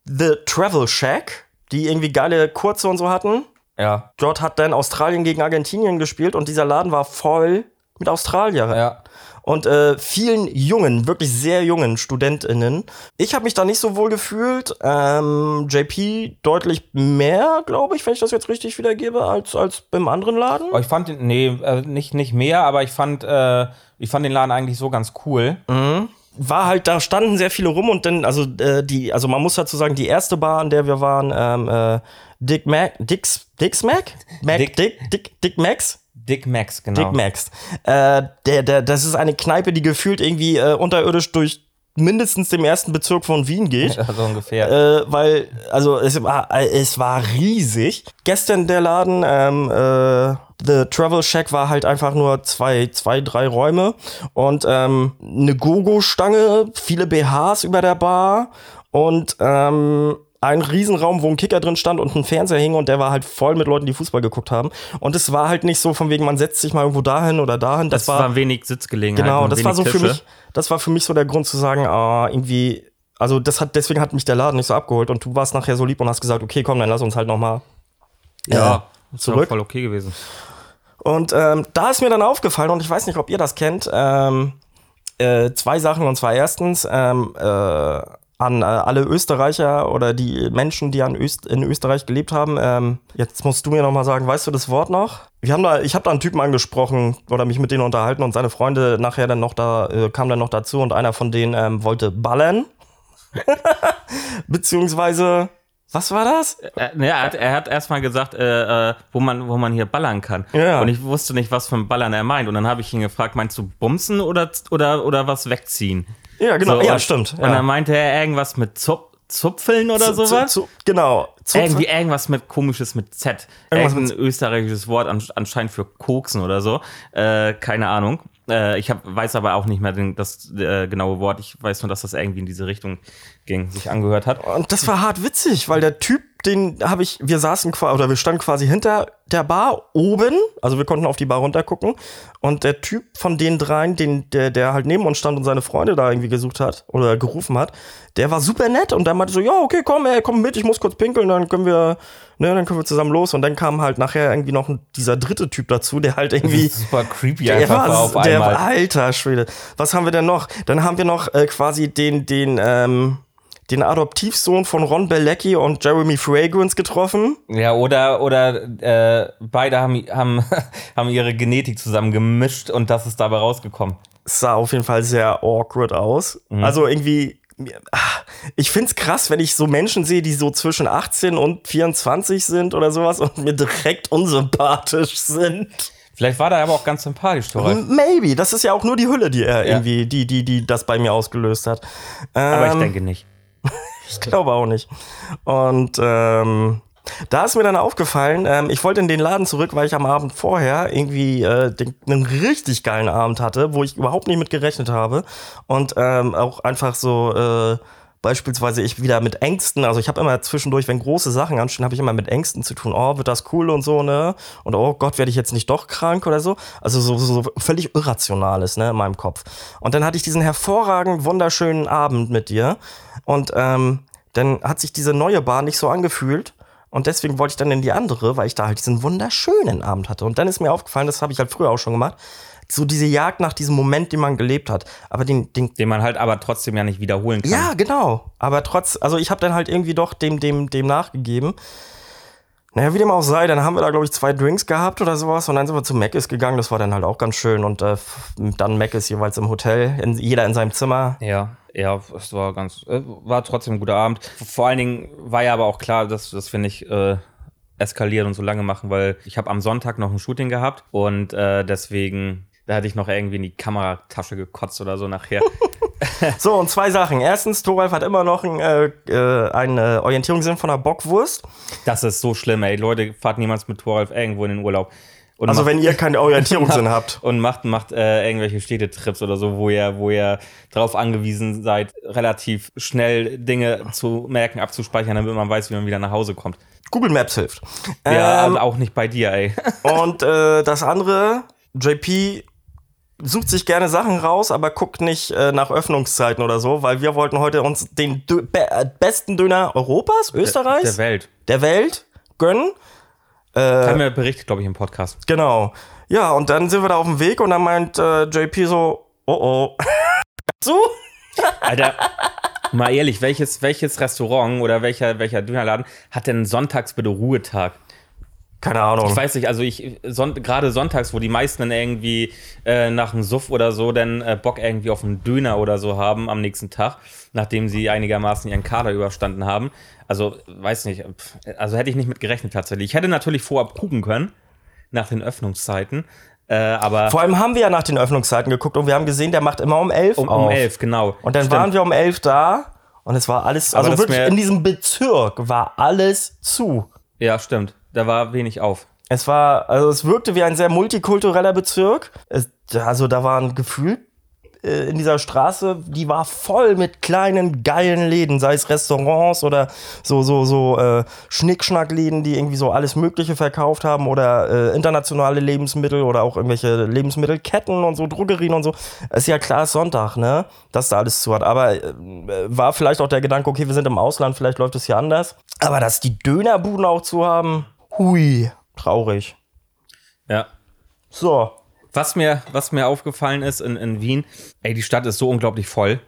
[SPEAKER 1] The Travel Shack, die irgendwie geile Kurze und so hatten.
[SPEAKER 2] Ja,
[SPEAKER 1] Dort hat dann Australien gegen Argentinien gespielt und dieser Laden war voll mit Australiern
[SPEAKER 2] ja.
[SPEAKER 1] und äh, vielen jungen, wirklich sehr jungen StudentInnen. Ich habe mich da nicht so wohl gefühlt. Ähm, JP deutlich mehr, glaube ich, wenn ich das jetzt richtig wiedergebe, als, als im anderen Laden.
[SPEAKER 2] Aber ich fand den, nee, äh, nicht, nicht mehr, aber ich fand, äh, ich fand den Laden eigentlich so ganz cool.
[SPEAKER 1] Mhm. war halt, da standen sehr viele rum und dann, also äh, die, also man muss dazu sagen, die erste Bar, an der wir waren, ähm, äh, Dick Mac, Dick's, Dick's Mac? Mac Dick,
[SPEAKER 2] Dick-
[SPEAKER 1] Dick, Dick, Dick Max?
[SPEAKER 2] Dick Max, genau.
[SPEAKER 1] Dick Max. Äh, der, der, das ist eine Kneipe, die gefühlt irgendwie äh, unterirdisch durch mindestens dem ersten Bezirk von Wien geht.
[SPEAKER 2] So ungefähr.
[SPEAKER 1] Äh, weil, also es war, äh, es war riesig. Gestern der Laden, ähm, äh, The Travel Shack war halt einfach nur zwei, zwei, drei Räume und ähm, eine Gogo-Stange, viele BHs über der Bar und ähm, ein Riesenraum, wo ein Kicker drin stand und ein Fernseher hing und der war halt voll mit Leuten, die Fußball geguckt haben. Und es war halt nicht so von wegen, man setzt sich mal irgendwo dahin oder dahin. Das,
[SPEAKER 2] Es
[SPEAKER 1] war
[SPEAKER 2] waren wenig Sitzgelegenheiten.
[SPEAKER 1] Genau,
[SPEAKER 2] und
[SPEAKER 1] das war so
[SPEAKER 2] wenig
[SPEAKER 1] für
[SPEAKER 2] Tische.
[SPEAKER 1] mich, das war für mich so der Grund zu sagen, ah, irgendwie, also das hat, deswegen hat mich der Laden nicht so abgeholt und du warst nachher so lieb und hast gesagt, okay, komm, dann lass uns halt äh, nochmal.
[SPEAKER 2] Ja, ist ja auch
[SPEAKER 1] zurück.
[SPEAKER 2] voll okay gewesen.
[SPEAKER 1] Und ähm, da ist mir dann aufgefallen, und ich weiß nicht, ob ihr das kennt, ähm, äh, zwei Sachen. Und zwar erstens ähm, äh, an äh, alle Österreicher oder die Menschen, die an Öst in Österreich gelebt haben. Ähm, jetzt musst du mir nochmal sagen, weißt du das Wort noch? Wir haben da, ich habe da einen Typen angesprochen oder mich mit denen unterhalten und seine Freunde nachher dann noch da, äh, kam dann noch dazu und einer von denen ähm, wollte ballern. Beziehungsweise, was war das?
[SPEAKER 2] Äh, ne, er hat, er hat erstmal gesagt, äh, äh, wo, man, wo man hier ballern kann.
[SPEAKER 1] Ja.
[SPEAKER 2] Und ich wusste nicht, was für ein Ballern er meint. Und dann habe ich ihn gefragt, meinst du bumsen oder, oder, oder was wegziehen?
[SPEAKER 1] Ja, genau. ja,
[SPEAKER 2] und,
[SPEAKER 1] stimmt.
[SPEAKER 2] Und
[SPEAKER 1] ja.
[SPEAKER 2] dann meinte er irgendwas mit Zup Zupfeln oder
[SPEAKER 1] Zu- zu-
[SPEAKER 2] sowas.
[SPEAKER 1] zu- Genau. Zupfen-
[SPEAKER 2] Irgendwie irgendwas mit komisches mit Z.
[SPEAKER 1] Irgendwas
[SPEAKER 2] Irgendein österreichisches Wort an, anscheinend für Koksen oder so. Äh, keine Ahnung. Äh, ich hab, weiß aber auch nicht mehr den, das äh, genaue Wort. Ich weiß nur, dass das irgendwie in diese Richtung ging, sich angehört hat.
[SPEAKER 1] Und das war hart witzig, weil der Typ, den habe ich, wir saßen quasi, oder wir standen quasi hinter der Bar oben, also wir konnten auf die Bar runtergucken. Und der Typ von den dreien, den, der, der halt neben uns stand und seine Freunde da irgendwie gesucht hat oder gerufen hat, der war super nett und dann meinte so, ja, okay, komm, ey, komm mit, ich muss kurz pinkeln, dann können wir, ne, dann können wir zusammen los. Und dann kam halt nachher irgendwie noch ein- dieser dritte Typ dazu, der halt irgendwie.
[SPEAKER 2] Super creepy
[SPEAKER 1] Der
[SPEAKER 2] einfach war auf
[SPEAKER 1] war, der
[SPEAKER 2] einmal.
[SPEAKER 1] war, alter Schwede. Was haben wir denn noch? Dann haben wir noch äh, quasi den, den, ähm, den Adoptivsohn von Ron Belecki und Jeremy Fragrance getroffen.
[SPEAKER 2] Ja, oder, oder äh, beide haben, haben, haben ihre Genetik zusammen gemischt und das ist dabei rausgekommen.
[SPEAKER 1] Es sah auf jeden Fall sehr awkward aus.
[SPEAKER 2] Mhm.
[SPEAKER 1] Also irgendwie, mir- ah, ich find's krass, wenn ich so Menschen sehe, die so zwischen 18 und 24 sind oder sowas und mir direkt unsympathisch sind.
[SPEAKER 2] Vielleicht war der aber auch ganz sympathisch, Toralf.
[SPEAKER 1] Maybe, das ist ja auch nur die Hülle, die er
[SPEAKER 2] Ja.
[SPEAKER 1] irgendwie, die, die, die das bei mir ausgelöst hat.
[SPEAKER 2] Aber ich
[SPEAKER 1] Ähm,
[SPEAKER 2] denke nicht.
[SPEAKER 1] Ich glaube auch nicht. Und ähm, da ist mir dann aufgefallen, ähm, ich wollte in den Laden zurück, weil ich am Abend vorher irgendwie äh, den, einen richtig geilen Abend hatte, wo ich überhaupt nicht mit gerechnet habe. Und ähm, auch einfach so. Äh, Beispielsweise ich wieder mit Ängsten, also ich habe immer zwischendurch, wenn große Sachen anstehen, habe ich immer mit Ängsten zu tun. Oh, wird das cool und so, ne? Und oh Gott, werde ich jetzt nicht doch krank oder so? Also so, so so völlig irrationales, ne, in meinem Kopf. Und dann hatte ich diesen hervorragend wunderschönen Abend mit dir. Und ähm, dann hat sich diese neue Bar nicht so angefühlt. Und deswegen wollte ich dann in die andere, weil ich da halt diesen wunderschönen Abend hatte. Und dann ist mir aufgefallen, das habe ich halt früher auch schon gemacht, so diese Jagd nach diesem Moment, den man gelebt hat. Aber den, den
[SPEAKER 2] Den man halt aber trotzdem ja nicht wiederholen kann.
[SPEAKER 1] ja, genau. Aber trotz, also ich habe dann halt irgendwie doch dem, dem, dem nachgegeben. Naja, wie dem auch sei, dann haben wir da, glaube ich, zwei Drinks gehabt oder sowas und dann sind wir zu Mc's gegangen. Das war dann halt auch ganz schön und äh, f- dann Mc's jeweils im Hotel, in, jeder in seinem Zimmer.
[SPEAKER 2] Ja, ja, es war ganz, äh, war trotzdem ein guter Abend. Vor allen Dingen war ja aber auch klar, dass das finde ich äh, eskalieren und so lange machen, weil ich habe am Sonntag noch ein Shooting gehabt und äh, deswegen da hatte ich noch irgendwie in die Kameratasche gekotzt oder so nachher.
[SPEAKER 1] So, und zwei Sachen. Erstens, Thoralf hat immer noch einen, äh, äh, einen äh, Orientierungssinn von einer Bockwurst.
[SPEAKER 2] das ist so schlimm, ey. Leute, fahrt niemals mit Thoralf irgendwo in den Urlaub. Und
[SPEAKER 1] Also,
[SPEAKER 2] macht-
[SPEAKER 1] wenn ihr keinen Orientierungssinn habt.
[SPEAKER 2] und macht macht äh, irgendwelche Städtetrips oder so, wo ihr wo ihr drauf angewiesen seid, relativ schnell Dinge zu merken, abzuspeichern, damit man weiß, wie man wieder nach Hause kommt.
[SPEAKER 1] Google Maps hilft.
[SPEAKER 2] Ja,
[SPEAKER 1] Ähm,
[SPEAKER 2] aber auch nicht bei dir, ey.
[SPEAKER 1] Und äh, das andere, JP sucht sich gerne Sachen raus, aber guckt nicht äh, nach Öffnungszeiten oder so, weil wir wollten heute uns den Dö be äh, besten Döner Europas,
[SPEAKER 2] Der
[SPEAKER 1] Österreichs, der,
[SPEAKER 2] Welt.
[SPEAKER 1] Welt gönnen.
[SPEAKER 2] Haben
[SPEAKER 1] Äh.
[SPEAKER 2] wir berichtet, glaube ich, im Podcast.
[SPEAKER 1] Genau. Ja, und dann sind wir da auf dem Weg und dann meint äh, JP so, oh oh. so?
[SPEAKER 2] Alter, mal ehrlich, welches, welches Restaurant oder welcher, welcher Dönerladen hat denn sonntags bitte Ruhetag?
[SPEAKER 1] Keine Ahnung.
[SPEAKER 2] Ich weiß nicht, also ich, son gerade sonntags, wo die meisten dann irgendwie äh, nach dem Suff oder so dann äh, Bock irgendwie auf einen Döner oder so haben am nächsten Tag, nachdem sie einigermaßen ihren Kader überstanden haben. Also, weiß nicht, pf, also hätte ich nicht mit gerechnet tatsächlich. Ich hätte natürlich vorab gucken können, nach den Öffnungszeiten, äh, aber
[SPEAKER 1] Vor allem haben wir ja nach den Öffnungszeiten geguckt und wir haben gesehen, der macht immer um 11
[SPEAKER 2] um, um
[SPEAKER 1] auf.
[SPEAKER 2] elf, genau.
[SPEAKER 1] Und dann waren wir um 11 da und es war alles, also
[SPEAKER 2] das
[SPEAKER 1] wirklich
[SPEAKER 2] wär-
[SPEAKER 1] in diesem Bezirk war alles zu.
[SPEAKER 2] Ja, stimmt. Da war wenig auf.
[SPEAKER 1] Es war, also es wirkte wie ein sehr multikultureller Bezirk. Es, also da war ein Gefühl äh, in dieser Straße, die war voll mit kleinen geilen Läden, sei es Restaurants oder so so so äh, Schnickschnackläden, die irgendwie so alles Mögliche verkauft haben oder äh, internationale Lebensmittel oder auch irgendwelche Lebensmittelketten und so Drogerien und so. Ist ja klar ist Sonntag, ne, dass da alles zu hat. Aber äh, war vielleicht auch der Gedanke, okay, wir sind im Ausland, vielleicht läuft es hier anders. Aber dass die Dönerbuden auch zu haben, hui, traurig.
[SPEAKER 2] Ja.
[SPEAKER 1] So,
[SPEAKER 2] Was mir, was mir aufgefallen ist in, in Wien, ey, die Stadt ist so unglaublich voll.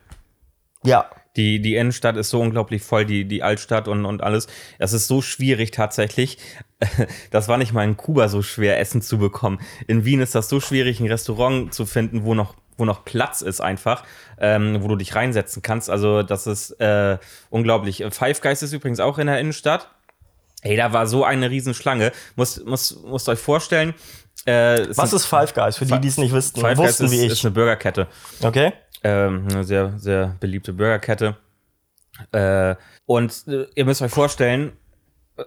[SPEAKER 1] ja.
[SPEAKER 2] Die, die Innenstadt ist so unglaublich voll, die, die Altstadt und, und alles. Es ist so schwierig tatsächlich. Das war nicht mal in Kuba so schwer, Essen zu bekommen. In Wien ist das so schwierig, ein Restaurant zu finden, wo noch, wo noch Platz ist einfach, ähm, wo du dich reinsetzen kannst. Also das ist äh, unglaublich. Five Guys ist übrigens auch in der Innenstadt. Ey, da war so eine Riesenschlange. Muss, muss, musst euch vorstellen. Äh, es
[SPEAKER 1] Was
[SPEAKER 2] sind-
[SPEAKER 1] ist Five Guys? Für die, die es nicht wüssten,
[SPEAKER 2] Five Guys
[SPEAKER 1] wussten
[SPEAKER 2] ist,
[SPEAKER 1] wie
[SPEAKER 2] ist
[SPEAKER 1] ich.
[SPEAKER 2] eine Burgerkette.
[SPEAKER 1] Okay?
[SPEAKER 2] Ähm, eine sehr, sehr beliebte Burgerkette. Äh, und äh, ihr müsst euch vorstellen,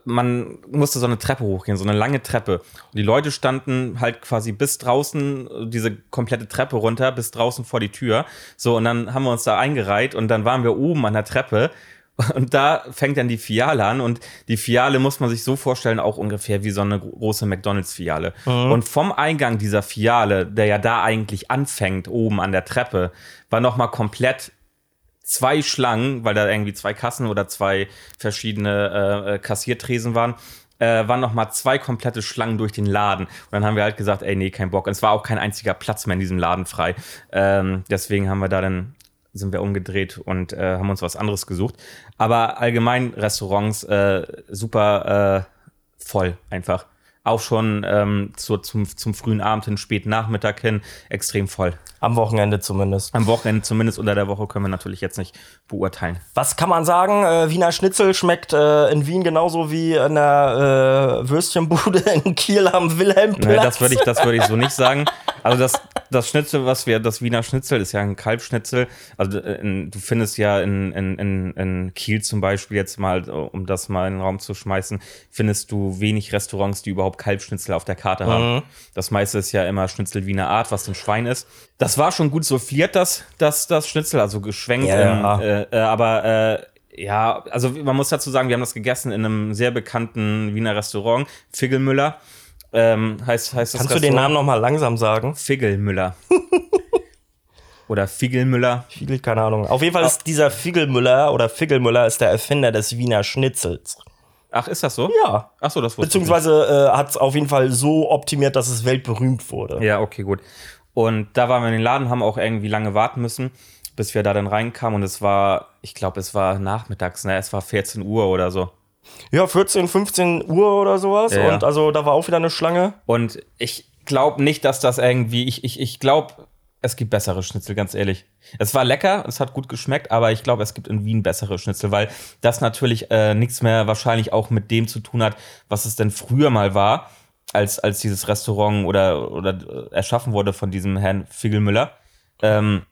[SPEAKER 2] man musste so eine Treppe hochgehen, so eine lange Treppe. Und die Leute standen halt quasi bis draußen, äh, diese komplette Treppe runter, bis draußen vor die Tür. So, und dann haben wir uns da eingereiht und dann waren wir oben an der Treppe. Und da fängt dann die Fiale an und die Fiale muss man sich so vorstellen, auch ungefähr wie so eine gro- große McDonalds-Fiale. Und vom Eingang dieser Fiale, der ja da eigentlich anfängt, oben an der Treppe, war nochmal komplett zwei Schlangen, weil da irgendwie zwei Kassen oder zwei verschiedene äh, äh, Kassiertresen waren, äh, waren nochmal zwei komplette Schlangen durch den Laden. Und dann haben wir halt gesagt, ey, nee, kein Bock. Und es war auch kein einziger Platz mehr in diesem Laden frei. Ähm, deswegen haben wir da dann sind wir umgedreht und äh, haben uns was anderes gesucht. Aber allgemein Restaurants äh, super äh, voll einfach. auch schon ähm, zu, zum, zum frühen Abend hin, späten Nachmittag hin extrem voll.
[SPEAKER 1] Am Wochenende zumindest.
[SPEAKER 2] Am Wochenende zumindest unter der Woche können wir natürlich jetzt nicht beurteilen.
[SPEAKER 1] Was kann man sagen? Äh, Wiener Schnitzel schmeckt äh, in Wien genauso wie in der äh, Würstchenbude in Kiel am Wilhelmplatz.
[SPEAKER 2] Ne, das würde ich, das würde ich so nicht sagen. Also das, das Schnitzel, was wir, das Wiener Schnitzel ist ja ein Kalbschnitzel. Also äh, in, du findest ja in, in, in, in Kiel zum Beispiel jetzt mal, um das mal in den Raum zu schmeißen, findest du wenig Restaurants, die überhaupt Kalbschnitzel auf der Karte
[SPEAKER 1] Mhm.
[SPEAKER 2] haben. Das meiste ist ja immer Schnitzel Wiener Art, was ein Schwein ist. Das war schon gut souffliert, das, das, das Schnitzel, also geschwenkt.
[SPEAKER 1] Ja.
[SPEAKER 2] Ähm, äh, äh, aber äh, ja, also man muss dazu sagen, wir haben das gegessen in einem sehr bekannten Wiener Restaurant, Figgelmüller. Ähm, heißt, heißt das
[SPEAKER 1] Kannst du den Namen
[SPEAKER 2] Restaurant
[SPEAKER 1] nochmal langsam sagen?
[SPEAKER 2] Figgelmüller. Oder Figgelmüller.
[SPEAKER 1] Fiegel, keine Ahnung. Auf jeden Fall ist dieser Fiegelmüller oder Figgelmüller ist der Erfinder des Wiener Schnitzels.
[SPEAKER 2] Ach, ist das so?
[SPEAKER 1] Ja.
[SPEAKER 2] Ach so, das wusste ich nicht.
[SPEAKER 1] Beziehungsweise äh, hat es auf jeden Fall so optimiert, dass es weltberühmt wurde.
[SPEAKER 2] Ja, okay, gut. Und da waren wir in den Laden, haben auch irgendwie lange warten müssen, bis wir da dann reinkamen. Und es war, ich glaube, es war nachmittags, ne? Es war 14 Uhr oder so.
[SPEAKER 1] Ja, 14, 15 Uhr oder sowas.
[SPEAKER 2] Ja, ja.
[SPEAKER 1] Und also da war auch wieder eine Schlange.
[SPEAKER 2] Und ich glaube nicht, dass das irgendwie, ich, ich, ich glaube, es gibt bessere Schnitzel, ganz ehrlich. Es war lecker, es hat gut geschmeckt, aber ich glaube, es gibt in Wien bessere Schnitzel, weil das natürlich äh, nichts mehr wahrscheinlich auch mit dem zu tun hat, was es denn früher mal war, als, als dieses Restaurant oder, oder äh, erschaffen wurde von diesem Herrn Figelmüller. Ähm,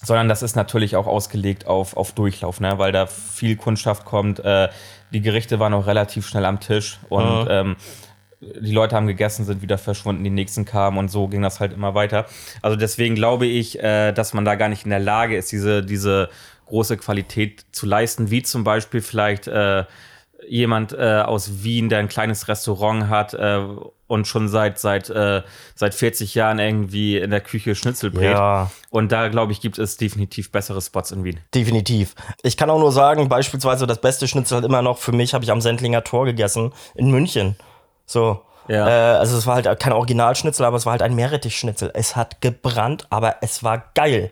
[SPEAKER 2] sondern das ist natürlich auch ausgelegt auf, auf Durchlauf, ne? weil da viel Kundschaft kommt. Äh, die Gerichte waren auch relativ schnell am Tisch und ähm, die Leute haben gegessen, sind wieder verschwunden, die nächsten kamen und so ging das halt immer weiter. Also deswegen glaube ich, äh, dass man da gar nicht in der Lage ist, diese, diese große Qualität zu leisten, wie zum Beispiel vielleicht äh, jemand äh, aus Wien, der ein kleines Restaurant hat äh, und schon seit, seit, äh, seit 40 Jahren irgendwie in der Küche Schnitzel brät.
[SPEAKER 1] Ja.
[SPEAKER 2] Und da, glaube ich, gibt es definitiv bessere Spots in Wien.
[SPEAKER 1] Definitiv. Ich kann auch nur sagen, beispielsweise das beste Schnitzel halt immer noch für mich habe ich am Sendlinger Tor gegessen in München. So.
[SPEAKER 2] Ja.
[SPEAKER 1] Äh, also es war halt kein Originalschnitzel, aber es war halt ein Meerrettichschnitzel. Es hat gebrannt, aber es war geil.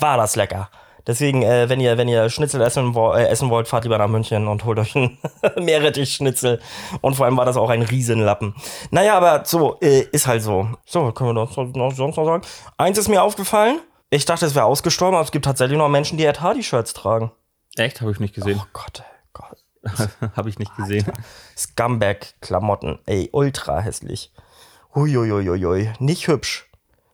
[SPEAKER 1] War das lecker. Deswegen, äh, wenn ihr wenn ihr Schnitzel essen, wo, äh, essen wollt, fahrt lieber nach München und holt euch einen Meerrettichschnitzel. Und vor allem war das auch ein Riesenlappen. Naja, aber so äh, ist halt so. So was können wir das noch, sonst noch sagen. Eins ist mir aufgefallen. Ich dachte, es wäre ausgestorben, aber es gibt tatsächlich noch Menschen, die Ed Hardy-Shirts tragen.
[SPEAKER 2] Echt? Habe ich nicht gesehen.
[SPEAKER 1] Oh Gott, ey, Gott.
[SPEAKER 2] Habe ich nicht gesehen.
[SPEAKER 1] Scumbag-Klamotten. Ey, ultra hässlich. Huiuiuiui. Nicht hübsch.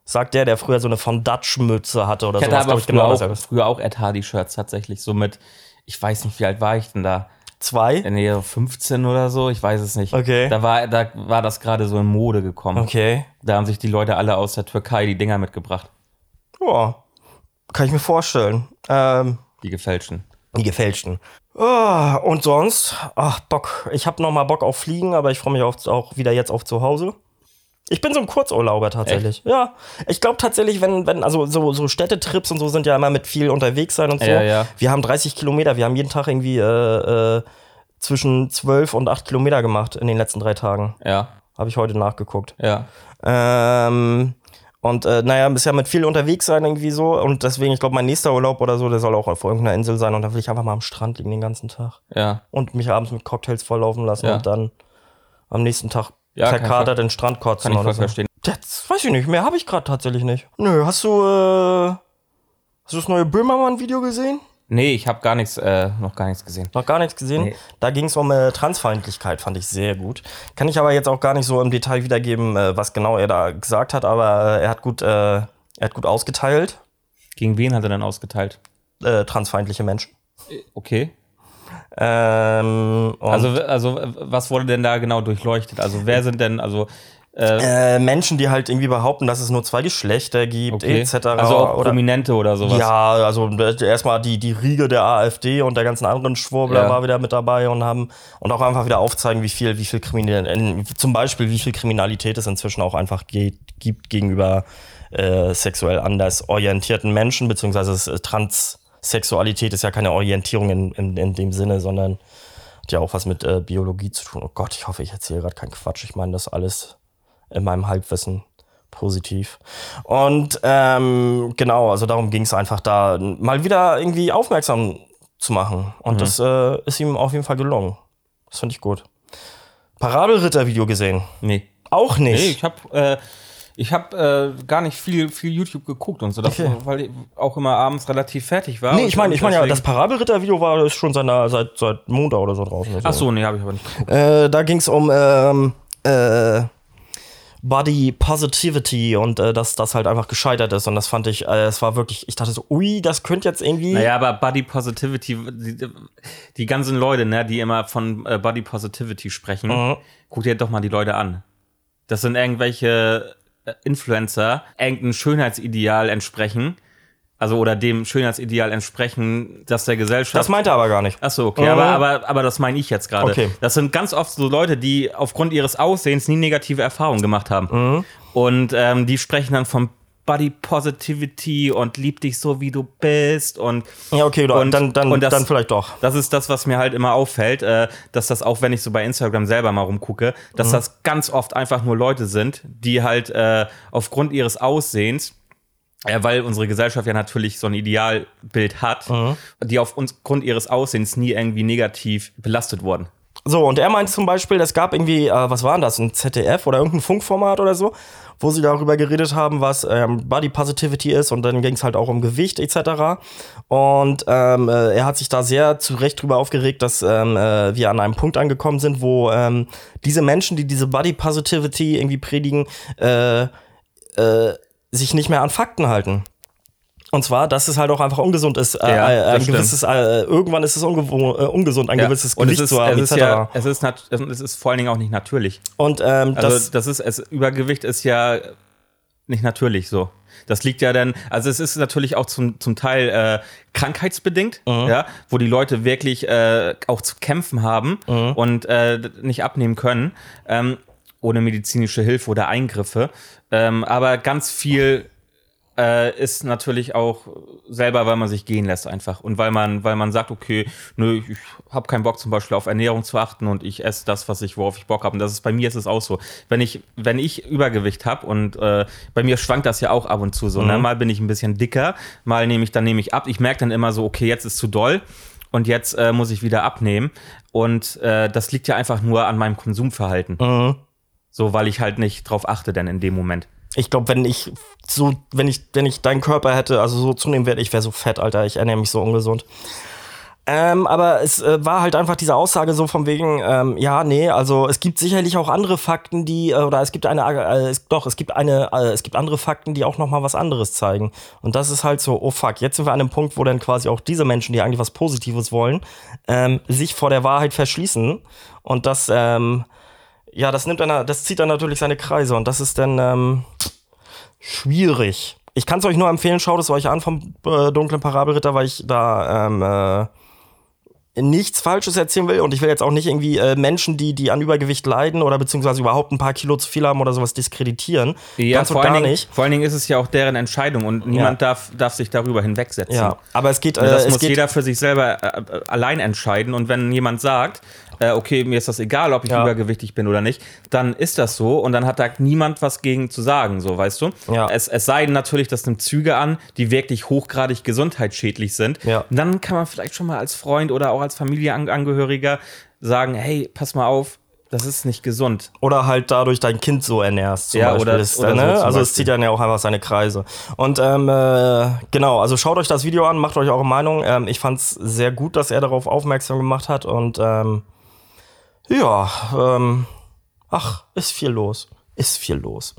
[SPEAKER 1] Sagt der, der früher so eine von Dutch-Mütze hatte oder
[SPEAKER 2] Ich hatte
[SPEAKER 1] sowas.
[SPEAKER 2] aber
[SPEAKER 1] Also, glaub genau
[SPEAKER 2] früher, auch,
[SPEAKER 1] dasselbe.
[SPEAKER 2] früher auch Ed Hardy-Shirts tatsächlich. So mit, ich weiß nicht, wie alt war ich denn da?
[SPEAKER 1] Zwei?
[SPEAKER 2] In der Nähe 15 oder so, ich weiß es nicht.
[SPEAKER 1] Okay.
[SPEAKER 2] Da war, da war das gerade so in Mode gekommen.
[SPEAKER 1] Okay.
[SPEAKER 2] Da haben sich die Leute alle aus der Türkei die Dinger mitgebracht.
[SPEAKER 1] Ja. Kann ich mir vorstellen. Ähm,
[SPEAKER 2] Die gefälschten.
[SPEAKER 1] die gefälschten. Ah, und sonst? Ach, Bock. Ich hab noch mal Bock auf Fliegen, aber ich freue mich auch, auch wieder jetzt auf zu Hause. Ich bin so ein Kurzurlauber tatsächlich. Ja, ich glaube tatsächlich, wenn, wenn, also so, so Städtetrips und so sind ja immer mit viel unterwegs sein und so.
[SPEAKER 2] Ja, ja.
[SPEAKER 1] Wir haben 30 Kilometer, wir haben jeden Tag irgendwie äh, äh, zwischen 12 und 8 Kilometer gemacht in den letzten drei Tagen.
[SPEAKER 2] Ja,
[SPEAKER 1] Habe ich heute nachgeguckt.
[SPEAKER 2] ja.
[SPEAKER 1] Ähm, und äh, naja, bisher mit viel unterwegs sein irgendwie so. Und deswegen, ich glaube, mein nächster Urlaub oder so, der soll auch auf irgendeiner Insel sein. Und da will ich einfach mal am Strand liegen den ganzen Tag.
[SPEAKER 2] Ja,
[SPEAKER 1] Und mich abends mit Cocktails volllaufen lassen
[SPEAKER 2] Ja.
[SPEAKER 1] und dann am nächsten Tag
[SPEAKER 2] Ja, kann ich
[SPEAKER 1] verkatert den Strand kotzen
[SPEAKER 2] kann ich
[SPEAKER 1] oder
[SPEAKER 2] voll
[SPEAKER 1] so.
[SPEAKER 2] verstehen.
[SPEAKER 1] Genau Das weiß ich nicht, mehr habe ich gerade tatsächlich nicht. Nö, hast du, äh, hast du das neue Böhmermann-Video gesehen?
[SPEAKER 2] Nee, ich habe gar nichts, äh, noch gar nichts gesehen.
[SPEAKER 1] Noch gar nichts gesehen.
[SPEAKER 2] Nee.
[SPEAKER 1] Da ging es um äh, Transfeindlichkeit, fand ich sehr gut. Kann ich aber jetzt auch gar nicht so im Detail wiedergeben, äh, was genau er da gesagt hat, aber äh, er hat gut, äh, er hat gut ausgeteilt,
[SPEAKER 2] Gegen wen hat er dann ausgeteilt?
[SPEAKER 1] äh, transfeindliche Menschen.
[SPEAKER 2] Okay.
[SPEAKER 1] Ähm, und,
[SPEAKER 2] Also, also äh, was wurde denn da genau durchleuchtet? Also wer sind denn, also äh,
[SPEAKER 1] äh, Menschen, die halt irgendwie behaupten, dass es nur zwei Geschlechter gibt,
[SPEAKER 2] okay.
[SPEAKER 1] etc.
[SPEAKER 2] also auch
[SPEAKER 1] oder,
[SPEAKER 2] Prominente oder sowas?
[SPEAKER 1] ja, also äh, erstmal die, die Riege der AfD und der ganzen anderen Schwurbler
[SPEAKER 2] Ja.
[SPEAKER 1] war wieder mit dabei und haben und auch einfach wieder aufzeigen, wie viel, wie viel Kriminal, zum Beispiel wie viel Kriminalität es inzwischen auch einfach geht, gibt gegenüber äh, sexuell anders orientierten Menschen, beziehungsweise es, äh, Transsexualität ist ja keine Orientierung in, in, in dem Sinne, sondern hat ja auch was mit äh, Biologie zu tun. Oh Gott, ich hoffe, ich erzähle gerade keinen Quatsch. Ich meine das alles in meinem Halbwissen positiv. Und ähm, genau, also darum ging es einfach da, mal wieder irgendwie
[SPEAKER 2] Mhm.
[SPEAKER 1] aufmerksam zu machen. Und das äh, ist ihm auf jeden Fall gelungen. Das finde ich gut. Parabelritter-Video gesehen?
[SPEAKER 2] Nee.
[SPEAKER 1] Auch
[SPEAKER 2] Nee,
[SPEAKER 1] nicht.
[SPEAKER 2] ich habe äh, ich hab, äh, gar nicht viel, viel YouTube geguckt und so, das,
[SPEAKER 1] Okay.
[SPEAKER 2] weil ich auch immer abends relativ fertig war.
[SPEAKER 1] Nee,
[SPEAKER 2] Und
[SPEAKER 1] ich meine, ich meine ja,
[SPEAKER 2] deswegen-
[SPEAKER 1] das Parabelritter-Video war ist schon seiner, seit, seit Montag oder so draußen.
[SPEAKER 2] Ach so, nee, habe ich aber nicht. geguckt.
[SPEAKER 1] Äh, da ging es um ähm, äh, Body Positivity und äh, dass das halt einfach gescheitert ist. Und das fand ich, äh, es war wirklich, ich dachte so, ui, das könnte jetzt irgendwie.
[SPEAKER 2] Naja, aber Body Positivity, die, die ganzen Leute, ne, die immer von äh, Body Positivity sprechen,
[SPEAKER 1] Mhm.
[SPEAKER 2] guck dir doch mal die Leute an. Das sind irgendwelche äh, Influencer, irgendein Schönheitsideal entsprechen. Also, oder dem Schönheitsideal entsprechen, dass der Gesellschaft.
[SPEAKER 1] Das meinte er aber gar nicht.
[SPEAKER 2] Ach so, okay,
[SPEAKER 1] Mhm.
[SPEAKER 2] aber, aber, aber das meine ich jetzt gerade.
[SPEAKER 1] Okay.
[SPEAKER 2] Das sind ganz oft so Leute, die aufgrund ihres Aussehens nie negative Erfahrungen gemacht haben. Und ähm, die sprechen dann von Body Positivity und lieb dich so, wie du bist und
[SPEAKER 1] Ja, okay,
[SPEAKER 2] Und-
[SPEAKER 1] dann, dann,
[SPEAKER 2] und das-
[SPEAKER 1] dann vielleicht doch.
[SPEAKER 2] das ist das, was mir halt immer auffällt, äh, dass das auch, wenn ich so bei Instagram selber mal rumgucke, dass das ganz oft einfach nur Leute sind, die halt äh, aufgrund ihres Aussehens, äh, weil unsere Gesellschaft ja natürlich so ein Idealbild hat, die auf uns- aufgrund ihres Aussehens nie irgendwie negativ belastet wurden.
[SPEAKER 1] So, und er meinte zum Beispiel, es gab irgendwie, äh, was war denn das, ein ZDF oder irgendein Funkformat oder so, wo sie darüber geredet haben, was ähm, Body Positivity ist und dann ging es halt auch um Gewicht etc. Und ähm, äh, er hat sich da sehr zu Recht drüber aufgeregt, dass ähm, äh, wir an einem Punkt angekommen sind, wo ähm, diese Menschen, die diese Body Positivity irgendwie predigen, äh, äh, sich nicht mehr an Fakten halten. Und zwar, dass es halt auch einfach ungesund ist. Äh,
[SPEAKER 2] Ja,
[SPEAKER 1] äh, ein
[SPEAKER 2] das stimmt.
[SPEAKER 1] gewisses, äh, irgendwann ist es ungewohn, äh, ungesund, ein
[SPEAKER 2] Ja.
[SPEAKER 1] gewisses
[SPEAKER 2] Und
[SPEAKER 1] Gewicht
[SPEAKER 2] es ist,
[SPEAKER 1] zu haben,
[SPEAKER 2] es ist
[SPEAKER 1] etc.
[SPEAKER 2] ja, es ist, nat- es ist vor allen Dingen auch nicht natürlich.
[SPEAKER 1] Und ähm, das,
[SPEAKER 2] Also das, ist, es, Übergewicht ist ja nicht natürlich so. Das liegt ja dann, also es ist natürlich auch zum, zum Teil äh, krankheitsbedingt, ja, wo die Leute wirklich äh, auch zu kämpfen haben und äh, nicht abnehmen können, ähm, ohne medizinische Hilfe oder Eingriffe. Ähm, aber ganz viel äh, ist natürlich auch selber, weil man sich gehen lässt einfach und weil man, weil man sagt, okay, nö, ich habe keinen Bock zum Beispiel auf Ernährung zu achten und ich esse das, was ich worauf ich Bock habe. Und das ist bei mir ist es auch so, wenn ich wenn ich Übergewicht habe und äh, bei mir schwankt das ja auch ab und zu so. Ne? Mal bin ich ein bisschen dicker, mal nehme ich dann nehme ich ab. Ich merke dann immer so, okay, jetzt ist zu doll. Und jetzt äh, muss ich wieder abnehmen. Und äh, das liegt ja einfach nur an meinem Konsumverhalten. So, weil ich halt nicht drauf achte, denn in dem Moment.
[SPEAKER 1] ich glaube, wenn ich so, wenn ich, wenn ich deinen Körper hätte, also so zunehmen werde, ich wäre so fett, Alter. Ich ernähre mich so ungesund. Ähm, aber es äh, war halt einfach diese Aussage so von wegen, ähm, ja, nee, also es gibt sicherlich auch andere Fakten, die, äh, oder es gibt eine, äh, es, doch, es gibt eine, äh, es gibt andere Fakten, die auch nochmal was anderes zeigen. Und das ist halt so, oh fuck, jetzt sind wir an einem Punkt, wo dann quasi auch diese Menschen, die eigentlich was Positives wollen, ähm, sich vor der Wahrheit verschließen. Und das, ähm, ja, das nimmt einer, das zieht dann natürlich seine Kreise und das ist dann ähm, schwierig. Ich kann es euch nur empfehlen, schaut es euch an vom äh, dunklen Parabelritter, weil ich da ähm, äh, nichts Falsches erzählen will und ich will jetzt auch nicht irgendwie äh, Menschen, die, die an Übergewicht leiden oder beziehungsweise überhaupt ein paar Kilo zu viel haben oder sowas diskreditieren.
[SPEAKER 2] Ja,
[SPEAKER 1] Ganz und
[SPEAKER 2] vor allen,
[SPEAKER 1] gar
[SPEAKER 2] Dingen,
[SPEAKER 1] nicht.
[SPEAKER 2] vor allen Dingen ist es ja auch deren Entscheidung und niemand darf, darf sich darüber hinwegsetzen. Ne,
[SPEAKER 1] Ja, aber es geht, äh,
[SPEAKER 2] Das
[SPEAKER 1] es
[SPEAKER 2] muss
[SPEAKER 1] geht
[SPEAKER 2] jeder für sich selber äh, äh, allein entscheiden. Und wenn jemand sagt, äh, okay, mir ist das egal, ob ich
[SPEAKER 1] Ja.
[SPEAKER 2] übergewichtig bin oder nicht, dann ist das so und dann hat da niemand was gegen zu sagen, so weißt du.
[SPEAKER 1] Ja.
[SPEAKER 2] Es, es sei denn natürlich, das nimmt Züge an, die wirklich hochgradig gesundheitsschädlich sind.
[SPEAKER 1] Ja.
[SPEAKER 2] Und Dann kann man vielleicht schon mal als Freund oder auch als Familienangehöriger sagen, hey, pass mal auf, das ist nicht gesund.
[SPEAKER 1] oder halt dadurch dein Kind so ernährst. Zum
[SPEAKER 2] Ja,
[SPEAKER 1] Beispiel.
[SPEAKER 2] oder-
[SPEAKER 1] ist,
[SPEAKER 2] oder so
[SPEAKER 1] ne?
[SPEAKER 2] zum
[SPEAKER 1] also es
[SPEAKER 2] Beispiel.
[SPEAKER 1] zieht dann ja auch einfach seine Kreise. Und ähm, äh, genau, also schaut euch das Video an, macht euch eure Meinung. Ähm, ich fand es sehr gut, dass er darauf aufmerksam gemacht hat. Und ähm, ja, ähm, ach, ist viel los. Ist viel los.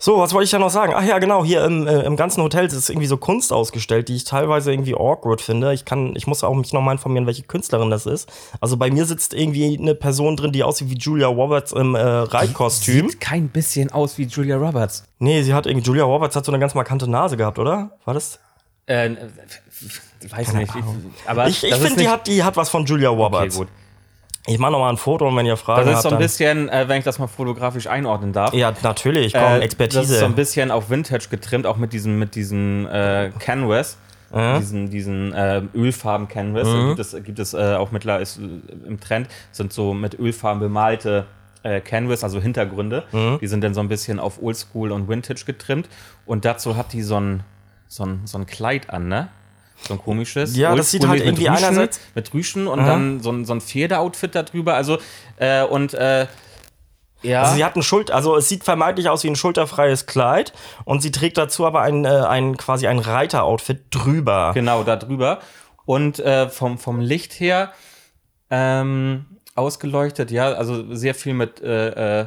[SPEAKER 1] So, was wollte ich da noch sagen? Ach ja, genau, hier im, äh, im ganzen Hotel ist irgendwie so Kunst ausgestellt, die ich teilweise irgendwie awkward finde. Ich kann, ich muss auch mich nochmal informieren, welche Künstlerin das ist. Also bei mir sitzt irgendwie eine Person drin, die aussieht wie Julia Roberts im äh, Reitkostüm.
[SPEAKER 2] Sieht kein bisschen aus wie Julia Roberts.
[SPEAKER 1] Nee, sie hat irgendwie, Julia Roberts hat so eine ganz markante Nase gehabt, oder? War das?
[SPEAKER 2] Äh, ich weiß nicht. Ich, aber
[SPEAKER 1] Ich, ich
[SPEAKER 2] das ist
[SPEAKER 1] finde, die
[SPEAKER 2] nicht-
[SPEAKER 1] hat, die hat was von Julia
[SPEAKER 2] Okay,
[SPEAKER 1] Roberts.
[SPEAKER 2] gut.
[SPEAKER 1] Ich mache nochmal ein Foto und wenn ihr Fragen
[SPEAKER 2] Das Also ist
[SPEAKER 1] habt,
[SPEAKER 2] so ein
[SPEAKER 1] dann-
[SPEAKER 2] bisschen, äh, wenn ich das mal fotografisch einordnen darf.
[SPEAKER 1] Ja, natürlich, komm,
[SPEAKER 2] äh,
[SPEAKER 1] Expertise.
[SPEAKER 2] Das ist so ein bisschen auf Vintage getrimmt, auch mit diesem, mit diesem äh, Canvas. Diesen, diesen äh, Ölfarben-Canvas
[SPEAKER 1] Mhm.
[SPEAKER 2] gibt es, gibt es äh, auch mittlerweile ist, äh, im Trend, sind so mit Ölfarben bemalte äh, Canvas, also Hintergründe.
[SPEAKER 1] Mhm.
[SPEAKER 2] Die sind dann so ein bisschen auf Oldschool und Vintage getrimmt. Und dazu hat die so ein, so ein, so ein Kleid an, ne? So ein komisches.
[SPEAKER 1] Ja, das sieht
[SPEAKER 2] Oldschool
[SPEAKER 1] halt
[SPEAKER 2] mit
[SPEAKER 1] irgendwie
[SPEAKER 2] Rüschen,
[SPEAKER 1] einerseits-
[SPEAKER 2] Mit Rüschen und dann so ein, so ein Pferdeoutfit da drüber. Also, äh, und, äh, ja.
[SPEAKER 1] Also sie hat ein Schulter, also es sieht vermeintlich aus wie ein schulterfreies Kleid und sie trägt dazu aber ein, äh, ein quasi ein Reiteroutfit drüber.
[SPEAKER 2] Genau, da drüber. Und äh, vom, vom Licht her ähm, ausgeleuchtet, ja, also sehr viel mit äh, äh,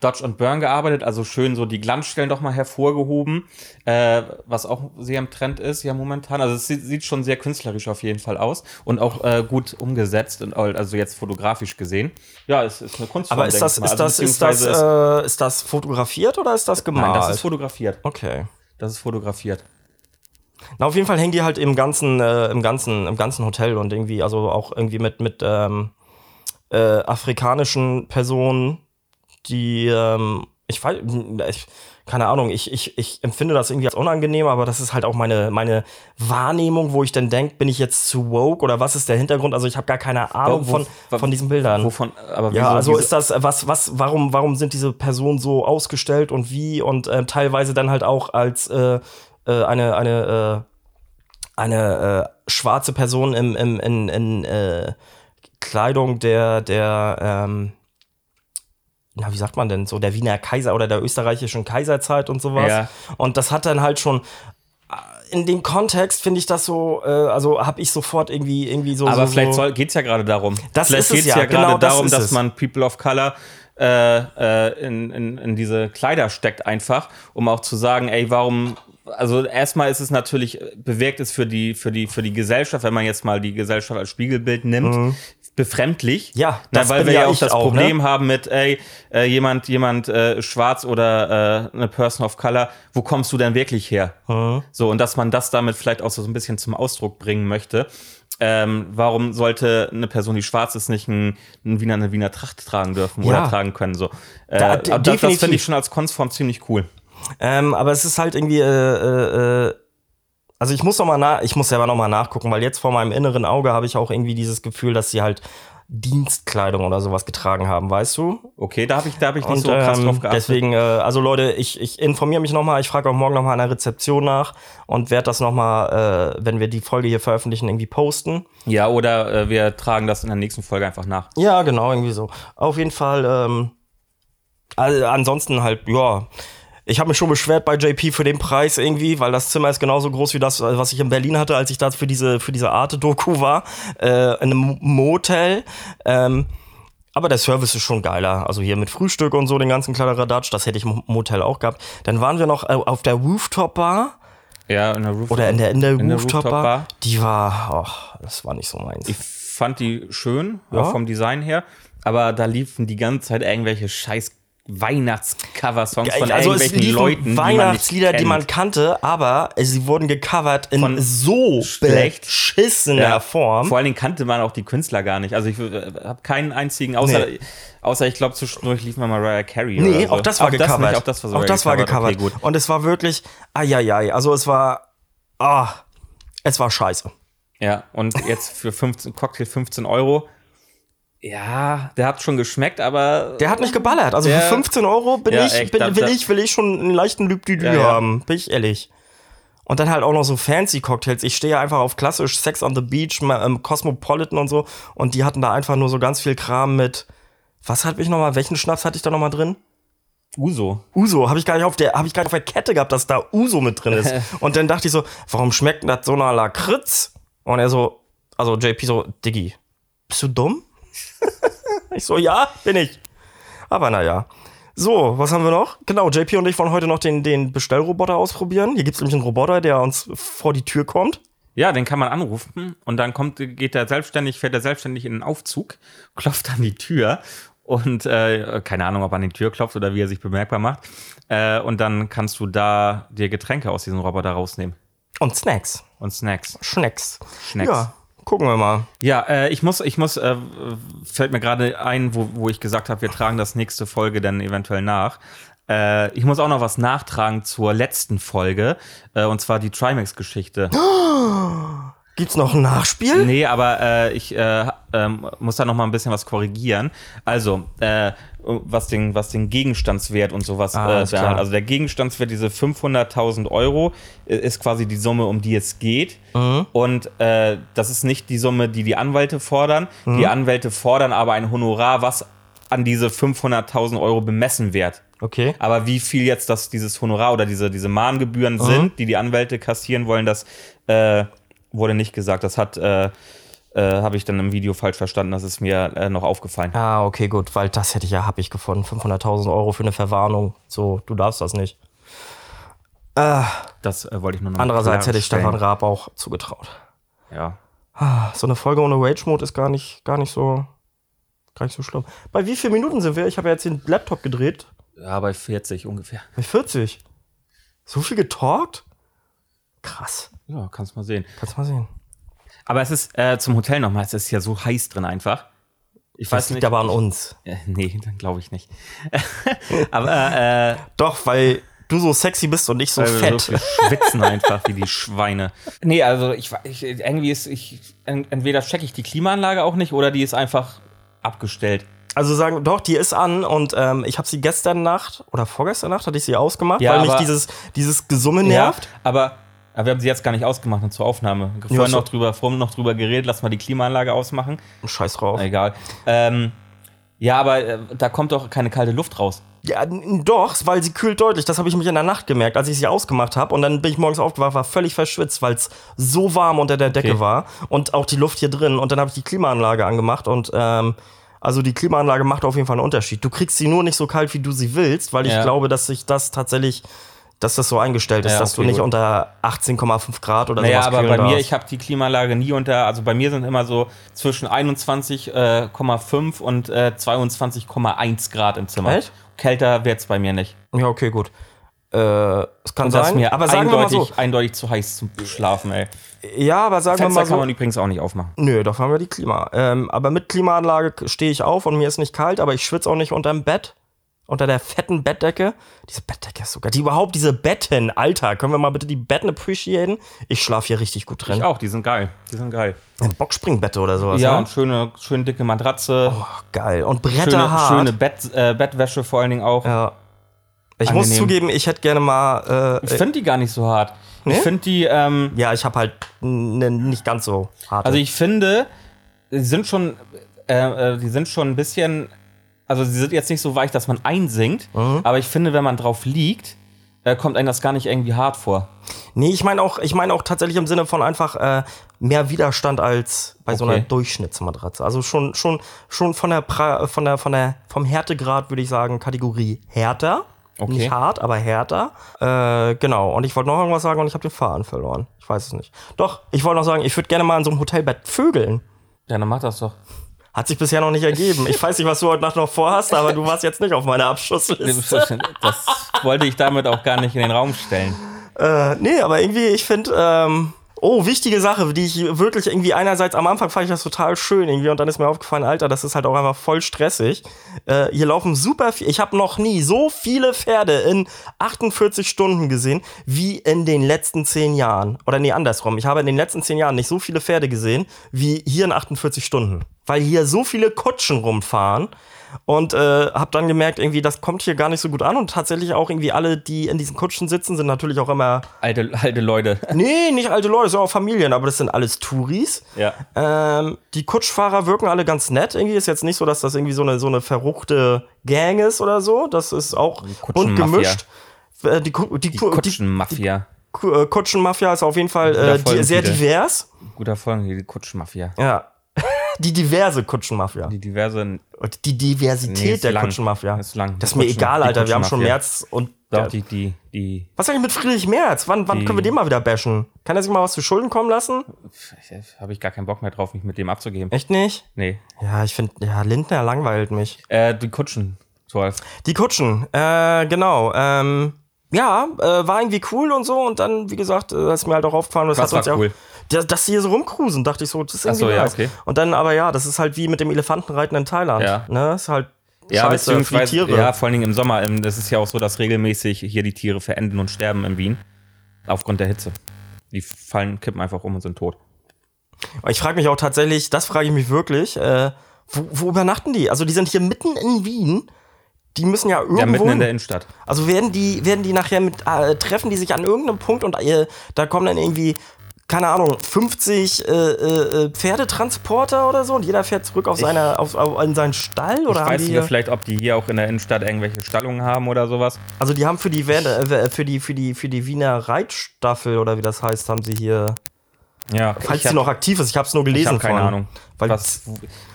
[SPEAKER 2] Dodge und Burn gearbeitet, also schön so die Glanzstellen doch mal hervorgehoben, äh, was auch sehr im Trend ist, ja, momentan. Also es sieht, sieht schon sehr künstlerisch auf jeden Fall aus und auch äh, gut umgesetzt und all- also jetzt fotografisch gesehen. Ja, es ist eine Kunstform.
[SPEAKER 1] Aber ist
[SPEAKER 2] denk
[SPEAKER 1] das,
[SPEAKER 2] ich mal.
[SPEAKER 1] ist
[SPEAKER 2] Also
[SPEAKER 1] das, ist das,
[SPEAKER 2] beziehungsweise ist-
[SPEAKER 1] äh, ist das fotografiert oder ist das gemalt?
[SPEAKER 2] Nein, das ist fotografiert.
[SPEAKER 1] okay.
[SPEAKER 2] Das ist fotografiert.
[SPEAKER 1] Na, auf jeden Fall hängen die halt im ganzen, äh, im ganzen, im ganzen Hotel und irgendwie, also auch irgendwie mit, mit ähm, äh, afrikanischen Personen, die, ähm, ich weiß, ich, keine Ahnung, ich, ich, ich empfinde das irgendwie als unangenehm, aber das ist halt auch meine, meine Wahrnehmung, wo ich dann denke, bin ich jetzt zu woke oder was ist der Hintergrund? Also ich habe gar keine Ahnung
[SPEAKER 2] Wo- wo-
[SPEAKER 1] von,
[SPEAKER 2] wo-
[SPEAKER 1] von diesen Bildern.
[SPEAKER 2] Wovon, aber
[SPEAKER 1] Ja,
[SPEAKER 2] wieso-
[SPEAKER 1] also
[SPEAKER 2] wieso-
[SPEAKER 1] ist das, äh, was, was, warum, warum sind diese Personen so ausgestellt und wie und äh, teilweise dann halt auch als äh, äh, eine, eine, äh, eine äh, schwarze Person im, im, in, in äh, Kleidung der, der, ähm, na, wie sagt man denn so, der Wiener Kaiser oder der österreichischen Kaiserzeit und sowas.
[SPEAKER 2] Ja.
[SPEAKER 1] Und das hat dann halt schon. äh, In dem Kontext finde ich das so, äh, also habe ich sofort irgendwie, irgendwie so.
[SPEAKER 2] Aber
[SPEAKER 1] so,
[SPEAKER 2] vielleicht
[SPEAKER 1] so,
[SPEAKER 2] soll, geht's ja gerade darum.
[SPEAKER 1] Das
[SPEAKER 2] vielleicht
[SPEAKER 1] ist es
[SPEAKER 2] geht's
[SPEAKER 1] ja,
[SPEAKER 2] ja, gerade
[SPEAKER 1] genau das
[SPEAKER 2] darum,
[SPEAKER 1] ist
[SPEAKER 2] dass
[SPEAKER 1] es.
[SPEAKER 2] man People of Color äh, äh, in, in, in diese Kleider steckt einfach, um auch zu sagen, ey, warum. Also erstmal ist es natürlich, äh, bewirkt es für die, für die, für die Gesellschaft, wenn man jetzt mal die Gesellschaft als Spiegelbild nimmt, befremdlich.
[SPEAKER 1] Mhm. Ja,
[SPEAKER 2] Na,
[SPEAKER 1] das
[SPEAKER 2] weil
[SPEAKER 1] bin
[SPEAKER 2] wir
[SPEAKER 1] ja
[SPEAKER 2] ja auch
[SPEAKER 1] ich
[SPEAKER 2] das
[SPEAKER 1] auch, ne?
[SPEAKER 2] Problem haben mit, ey, äh, jemand, jemand äh, schwarz oder äh, eine Person of Color, wo kommst du denn wirklich her? So, und dass man das damit vielleicht auch so ein bisschen zum Ausdruck bringen möchte. Ähm, warum sollte eine Person, die schwarz ist, nicht ein, ein Wiener, eine Wiener Tracht tragen dürfen
[SPEAKER 1] Ja.
[SPEAKER 2] oder tragen können? So. Äh,
[SPEAKER 1] Da-
[SPEAKER 2] aber das das
[SPEAKER 1] definitiv.
[SPEAKER 2] finde ich schon als Kunstform ziemlich cool.
[SPEAKER 1] Ähm, aber es ist halt irgendwie, äh, äh, äh, also ich muss noch mal nach, ich muss selber noch mal nachgucken, weil jetzt vor meinem inneren Auge habe ich auch irgendwie dieses Gefühl, dass sie halt Dienstkleidung oder sowas getragen haben, weißt du?
[SPEAKER 2] Okay, da habe ich, da hab ich nicht
[SPEAKER 1] Und
[SPEAKER 2] so krass
[SPEAKER 1] ähm,
[SPEAKER 2] drauf geachtet.
[SPEAKER 1] deswegen, äh, also Leute, ich, ich informiere mich noch mal, ich frage auch morgen noch mal an der Rezeption nach und werde das noch mal, äh, wenn wir die Folge hier veröffentlichen, irgendwie posten.
[SPEAKER 2] ja, oder äh, wir tragen das in der nächsten Folge einfach nach.
[SPEAKER 1] Ja, genau, irgendwie so. Auf jeden Fall, ähm, also ansonsten halt, ja. Ich habe mich schon beschwert bei JP für den Preis irgendwie, weil das Zimmer ist genauso groß wie das, äh, was ich in Berlin hatte, als ich da für diese, für diese Arte-Doku war, äh, in einem Motel. Ähm, aber der Service ist schon geiler. Also hier mit Frühstück und so, den ganzen Kladderadatsch, das hätte ich im Motel auch gehabt. Dann waren wir noch äh, auf der Rooftop-Bar
[SPEAKER 2] Ja, in der Roof
[SPEAKER 1] oder in der, in der
[SPEAKER 2] In der
[SPEAKER 1] Rooftop-Bar.
[SPEAKER 2] Rooftop-Bar.
[SPEAKER 1] die war, ach, das war nicht so meins.
[SPEAKER 2] Ich fand die schön, auch vom Design her, aber da liefen die ganze Zeit irgendwelche scheiß Weihnachtscover-Songs von
[SPEAKER 1] also es
[SPEAKER 2] irgendwelchen
[SPEAKER 1] liefen
[SPEAKER 2] Leuten. die man nicht
[SPEAKER 1] Weihnachtslieder, die
[SPEAKER 2] kennt.
[SPEAKER 1] man kannte, aber sie wurden gecovert in
[SPEAKER 2] Von
[SPEAKER 1] so
[SPEAKER 2] schlecht.
[SPEAKER 1] beschissener
[SPEAKER 2] Ja.
[SPEAKER 1] Form.
[SPEAKER 2] Vor allen Dingen kannte man auch die Künstler gar nicht. Also ich habe keinen einzigen, außer,
[SPEAKER 1] Nee.
[SPEAKER 2] außer ich glaube, zwischendurch liefen wir Mariah Carey.
[SPEAKER 1] Nee,
[SPEAKER 2] oder so.
[SPEAKER 1] auch das war gecovert.
[SPEAKER 2] nicht, also auch das war, sogar
[SPEAKER 1] gecovert.
[SPEAKER 2] Okay, gut.
[SPEAKER 1] Und es war wirklich, ai, also es war, ah, es war scheiße.
[SPEAKER 2] Ja, und jetzt für 15, Cocktail 15 Euro. Ja, der hat schon geschmeckt, aber
[SPEAKER 1] Der hat nicht geballert. Also
[SPEAKER 2] Der-
[SPEAKER 1] für 15 Euro bin
[SPEAKER 2] Ja,
[SPEAKER 1] ich,
[SPEAKER 2] echt,
[SPEAKER 1] bin,
[SPEAKER 2] da-
[SPEAKER 1] will,
[SPEAKER 2] da-
[SPEAKER 1] ich, will ich schon einen leichten Lüb
[SPEAKER 2] Ja,
[SPEAKER 1] ja,
[SPEAKER 2] ja.
[SPEAKER 1] haben, bin ich ehrlich. Und dann halt auch noch so fancy Cocktails. Ich stehe ja einfach auf klassisch Sex on the Beach, ma- ähm, Cosmopolitan und so. Und die hatten da einfach nur so ganz viel Kram mit. Was hatte ich nochmal? Welchen Schnaps hatte ich da nochmal drin?
[SPEAKER 2] Uso.
[SPEAKER 1] Uso, habe ich gar nicht auf der, habe ich gar nicht auf der Kette gehabt, dass da Uso mit drin ist. Und dann dachte ich so, warum schmeckt denn das so nach Lakritz? Und er so, also JP so, Diggi, bist du dumm? ich so, ja, bin ich. Aber naja. So, was haben wir noch? Genau, JP und ich wollen heute noch den, den Bestellroboter ausprobieren. Hier gibt es nämlich einen Roboter, der uns vor die Tür kommt.
[SPEAKER 2] Ja, den kann man anrufen und dann kommt, geht der selbstständig, fährt er selbstständig in den Aufzug, klopft an die Tür und äh, keine Ahnung, ob er an die Tür klopft oder wie er sich bemerkbar macht. Äh, und dann kannst du da dir Getränke aus diesem Roboter rausnehmen
[SPEAKER 1] Und Snacks.
[SPEAKER 2] und Snacks.
[SPEAKER 1] Schnecks.
[SPEAKER 2] Schnecks.
[SPEAKER 1] Ja, gucken wir mal.
[SPEAKER 2] Ja, äh, ich muss, ich muss, äh, fällt mir gerade ein, wo, wo ich gesagt habe, wir tragen das nächste Folge dann eventuell nach. Äh, ich muss auch noch was nachtragen zur letzten Folge äh, und zwar die Trimax-Geschichte.
[SPEAKER 1] Gibt's noch ein Nachspiel?
[SPEAKER 2] Nee, aber äh, ich äh, ähm, muss da noch mal ein bisschen was korrigieren. Also, äh, was, den, was den Gegenstandswert und sowas
[SPEAKER 1] Ah,
[SPEAKER 2] äh,
[SPEAKER 1] ist klar.
[SPEAKER 2] behandelt. Also der Gegenstandswert, diese 500.000 Euro, äh, ist quasi die Summe, um die es geht.
[SPEAKER 1] Mhm.
[SPEAKER 2] Und äh, das ist nicht die Summe, die die Anwälte fordern.
[SPEAKER 1] Mhm.
[SPEAKER 2] Die Anwälte fordern aber ein Honorar, was an diese 500.000 Euro bemessen wird.
[SPEAKER 1] Okay.
[SPEAKER 2] Aber wie viel jetzt das, dieses Honorar oder diese, diese Mahngebühren sind, die die Anwälte kassieren wollen, das äh, wurde nicht gesagt. Das hat, äh, äh, habe ich dann im Video falsch verstanden. Das ist mir äh, noch aufgefallen.
[SPEAKER 1] Ah, okay, gut, weil das hätte ich ja happig gefunden. 500.000 Euro für eine Verwarnung. So, du darfst das nicht. Ah,
[SPEAKER 2] Das äh, wollte ich nur noch
[SPEAKER 1] Andererseits hätte ich Stefan
[SPEAKER 2] klarstellen.
[SPEAKER 1] Raab auch zugetraut.
[SPEAKER 2] Ja.
[SPEAKER 1] Ah, So eine Folge ohne Rage-Mode ist gar nicht, gar nicht so, gar nicht so schlimm. Bei wie vielen Minuten sind wir? Ich habe ja jetzt den Laptop gedreht.
[SPEAKER 2] ja, bei 40 ungefähr.
[SPEAKER 1] Bei 40. So viel getalkt? Krass.
[SPEAKER 2] Ja, kannst mal sehen.
[SPEAKER 1] Kannst mal sehen.
[SPEAKER 2] Aber es ist äh, zum Hotel nochmal, es ist ja so heiß drin einfach. Ich
[SPEAKER 1] Das
[SPEAKER 2] weiß
[SPEAKER 1] liegt
[SPEAKER 2] nicht.
[SPEAKER 1] aber an uns.
[SPEAKER 2] Äh, nee, dann glaube ich nicht. aber äh, äh,
[SPEAKER 1] Doch, weil du so sexy bist und ich so
[SPEAKER 2] weil wir
[SPEAKER 1] fett.
[SPEAKER 2] so viel schwitzen einfach wie die Schweine. Nee, also ich, ich irgendwie ist ich en- entweder checke ich die Klimaanlage auch nicht oder die ist einfach abgestellt.
[SPEAKER 1] Also sagen, doch, die ist an und ähm, ich habe sie gestern Nacht oder vorgestern Nacht hatte ich sie ausgemacht,
[SPEAKER 2] Ja,
[SPEAKER 1] weil mich
[SPEAKER 2] aber-
[SPEAKER 1] dieses, dieses Gesumme nervt.
[SPEAKER 2] aber aber wir haben sie jetzt gar nicht ausgemacht und zur Aufnahme.
[SPEAKER 1] Ja,
[SPEAKER 2] Vorhin
[SPEAKER 1] so.
[SPEAKER 2] noch drüber, vorhin noch drüber geredet, lass mal die Klimaanlage ausmachen.
[SPEAKER 1] Scheiß drauf.
[SPEAKER 2] Egal. Ähm, ja, aber äh, da kommt doch keine kalte Luft raus.
[SPEAKER 1] Ja, n- doch, weil sie kühlt deutlich. Das habe ich mich in der Nacht gemerkt, als ich sie ausgemacht habe. Und dann bin ich morgens aufgewacht, war völlig verschwitzt, weil es so warm unter der Decke
[SPEAKER 2] Okay.
[SPEAKER 1] war und auch die Luft hier drin. Und dann habe ich die Klimaanlage angemacht und ähm, also die Klimaanlage macht auf jeden Fall einen Unterschied. Du kriegst sie nur nicht so kalt, wie du sie willst, weil ich
[SPEAKER 2] Ja.
[SPEAKER 1] glaube, dass sich das tatsächlich, dass das so eingestellt ist,
[SPEAKER 2] Ja,
[SPEAKER 1] dass
[SPEAKER 2] okay,
[SPEAKER 1] du nicht
[SPEAKER 2] gut.
[SPEAKER 1] unter 18,5 Grad oder
[SPEAKER 2] Naja,
[SPEAKER 1] sowas
[SPEAKER 2] aber
[SPEAKER 1] kühlen
[SPEAKER 2] bei mir,
[SPEAKER 1] darfst.
[SPEAKER 2] ich habe die Klimaanlage nie unter, also bei mir sind immer so zwischen 21,5 und äh, 22,1 Grad im Zimmer.
[SPEAKER 1] Echt?
[SPEAKER 2] Kälter wird's bei mir nicht.
[SPEAKER 1] Ja, okay, gut. Äh, es kann
[SPEAKER 2] Und das ist
[SPEAKER 1] sein.
[SPEAKER 2] mir
[SPEAKER 1] aber sagen wir mal
[SPEAKER 2] eindeutig,
[SPEAKER 1] so.
[SPEAKER 2] eindeutig zu heiß zum Schlafen, ey.
[SPEAKER 1] Ja, aber sagen wir
[SPEAKER 2] Fenster
[SPEAKER 1] mal
[SPEAKER 2] kann
[SPEAKER 1] so.
[SPEAKER 2] man übrigens auch nicht aufmachen.
[SPEAKER 1] Nö, da fahren wir die Klima. Ähm, aber mit Klimaanlage k- stehe ich auf und mir ist nicht kalt, aber ich schwitze auch nicht unterm Bett. Unter der fetten Bettdecke. Diese Bettdecke ist sogar. Die überhaupt, diese Betten, Alter. Können wir mal bitte die Betten appreciaten? Ich schlafe hier richtig gut
[SPEAKER 2] Ich
[SPEAKER 1] drin.
[SPEAKER 2] auch, die sind geil. Die sind geil.
[SPEAKER 1] Boxspringbette oder sowas.
[SPEAKER 2] ja,
[SPEAKER 1] Ne?
[SPEAKER 2] und schöne, schöne dicke Matratze,
[SPEAKER 1] Oh, geil. Und Bretter
[SPEAKER 2] schöne,
[SPEAKER 1] hart.
[SPEAKER 2] schöne Bett, äh, Bettwäsche vor allen Dingen auch.
[SPEAKER 1] ja. Ich muss
[SPEAKER 2] Angenehm.
[SPEAKER 1] zugeben, ich hätte gerne mal.
[SPEAKER 2] Ich
[SPEAKER 1] Äh,
[SPEAKER 2] finde die gar nicht so hart.
[SPEAKER 1] Nee?
[SPEAKER 2] Ich finde die, ähm,
[SPEAKER 1] ja, ich habe halt ne, nicht ganz so hart.
[SPEAKER 2] Also ich finde, die sind schon, äh, äh, die sind schon ein bisschen, also sie sind jetzt nicht so weich, dass man einsinkt,
[SPEAKER 1] Mhm.
[SPEAKER 2] aber ich finde, wenn man drauf liegt, äh, kommt einem das gar nicht irgendwie hart vor.
[SPEAKER 1] Nee, ich meine auch, ich meine auch tatsächlich im Sinne von einfach äh, mehr Widerstand als bei so einer
[SPEAKER 2] Okay.
[SPEAKER 1] Durchschnittsmatratze. Also schon, schon, schon von der, pra von der, von der, vom Härtegrad würde ich sagen Kategorie härter.
[SPEAKER 2] Okay.
[SPEAKER 1] Nicht hart, aber härter. Äh, genau. Und ich wollte noch irgendwas sagen und ich habe den Faden verloren. Ich weiß es nicht. Doch, ich wollte noch sagen, ich würde gerne mal in so einem Hotelbett vögeln.
[SPEAKER 2] Ja, dann macht das doch.
[SPEAKER 1] Hat sich bisher noch nicht ergeben. Ich weiß nicht, was du heute Nacht noch vorhast, aber du warst jetzt nicht auf meiner
[SPEAKER 2] Das
[SPEAKER 1] Abschussliste.
[SPEAKER 2] wollte ich damit auch gar nicht in den Raum stellen.
[SPEAKER 1] Äh, nee, aber irgendwie, ich finde, ähm, oh, wichtige Sache, die ich wirklich irgendwie einerseits am Anfang fand ich das total schön irgendwie und dann ist mir aufgefallen, Alter, das ist halt auch einfach voll stressig. Äh, hier laufen super viel, ich habe noch nie so viele Pferde in 48 Stunden gesehen wie in den letzten 10 Jahren. Oder nee, andersrum. Ich habe in den letzten 10 Jahren nicht so viele Pferde gesehen wie hier in 48 Stunden. Weil hier so viele Kutschen rumfahren und äh, habe dann gemerkt, irgendwie, das kommt hier gar nicht so gut an und tatsächlich auch irgendwie alle, die in diesen Kutschen sitzen, sind natürlich auch immer
[SPEAKER 2] Alte, alte Leute.
[SPEAKER 1] Nee, nicht alte Leute, sondern auch Familien, aber das sind alles Touris.
[SPEAKER 2] Ja.
[SPEAKER 1] Ähm, die Kutschfahrer wirken alle ganz nett. Irgendwie ist jetzt nicht so, dass das irgendwie so eine, so eine verruchte Gang ist oder so. Das ist auch bunt
[SPEAKER 2] Kutschenmafia.
[SPEAKER 1] gemischt. Äh, Die, Ku- die,
[SPEAKER 2] Die
[SPEAKER 1] Ku- die
[SPEAKER 2] Kutschenmafia.
[SPEAKER 1] Ku- äh, Kutschenmafia ist auf jeden Fall
[SPEAKER 2] Guter
[SPEAKER 1] äh, die, sehr
[SPEAKER 2] Folgentitel.
[SPEAKER 1] divers.
[SPEAKER 2] Guter Folgen, die Kutschenmafia.
[SPEAKER 1] Ja. Die diverse Kutschenmafia.
[SPEAKER 2] Die diverse.
[SPEAKER 1] Und die Diversität
[SPEAKER 2] Nee, ist
[SPEAKER 1] der
[SPEAKER 2] lang.
[SPEAKER 1] Kutschenmafia.
[SPEAKER 2] Ist lang.
[SPEAKER 1] Das ist mir
[SPEAKER 2] Kutschen-
[SPEAKER 1] egal,
[SPEAKER 2] die
[SPEAKER 1] Alter. Wir haben schon
[SPEAKER 2] Kutschenmafia.
[SPEAKER 1] März und.
[SPEAKER 2] Doch, die, die, die.
[SPEAKER 1] was eigentlich mit Friedrich Merz? Wann, wann
[SPEAKER 2] Die-
[SPEAKER 1] können wir den mal wieder bashen? Kann er sich mal was zu Schulden kommen lassen?
[SPEAKER 2] Habe ich gar keinen Bock mehr drauf, mich mit dem abzugeben.
[SPEAKER 1] Echt nicht?
[SPEAKER 2] Nee.
[SPEAKER 1] Ja, ich finde, ja, Lindner langweilt mich.
[SPEAKER 2] Äh, die Kutschen, Torf.
[SPEAKER 1] Die Kutschen, äh, genau. Ähm, ja, äh, war irgendwie cool und so. Und dann, wie gesagt, äh, ist mir halt auch aufgefallen, das
[SPEAKER 2] Was
[SPEAKER 1] hat uns
[SPEAKER 2] war
[SPEAKER 1] ja
[SPEAKER 2] cool?
[SPEAKER 1] auch. Dass, dass sie hier so rumcruisen, dachte ich so, das ist
[SPEAKER 2] Ach
[SPEAKER 1] irgendwie
[SPEAKER 2] so, ja,
[SPEAKER 1] nice.
[SPEAKER 2] okay.
[SPEAKER 1] Und dann, aber ja, das ist halt wie mit dem Elefantenreiten in Thailand.
[SPEAKER 2] Ja.
[SPEAKER 1] Ne? Ist halt
[SPEAKER 2] Ja,
[SPEAKER 1] scheiße für die
[SPEAKER 2] beziehungsweise,
[SPEAKER 1] Tiere.
[SPEAKER 2] ja, vor allen Dingen im Sommer. Ähm, Das ist ja auch so, dass regelmäßig hier die Tiere verenden und sterben in Wien. Aufgrund der Hitze. Die fallen, kippen einfach um und sind tot.
[SPEAKER 1] Ich frage mich auch tatsächlich, das frage ich mich wirklich, äh, wo, wo übernachten die? Also die sind hier mitten in Wien. Die müssen ja irgendwo.
[SPEAKER 2] Ja, mitten in der Innenstadt.
[SPEAKER 1] also werden die, werden die nachher mit, äh, treffen die sich an irgendeinem Punkt und äh, da kommen dann irgendwie, keine Ahnung, 50 äh, äh, äh, Pferdetransporter oder so und jeder fährt zurück auf seine, auf, auf, in seinen Stall oder
[SPEAKER 2] ich
[SPEAKER 1] haben
[SPEAKER 2] weiß
[SPEAKER 1] die
[SPEAKER 2] nicht,
[SPEAKER 1] hier-
[SPEAKER 2] vielleicht, ob die hier auch in der Innenstadt irgendwelche Stallungen haben oder sowas.
[SPEAKER 1] Also die haben für die Werde, äh, für die, für die, für die Wiener Reitstaffel oder wie das heißt, haben sie hier,
[SPEAKER 2] Ja,
[SPEAKER 1] falls
[SPEAKER 2] ich
[SPEAKER 1] sie noch aktiv ist, ich habe es nur
[SPEAKER 2] ich
[SPEAKER 1] gelesen.
[SPEAKER 2] hab keine
[SPEAKER 1] von.
[SPEAKER 2] Ahnung.
[SPEAKER 1] Weil
[SPEAKER 2] Was,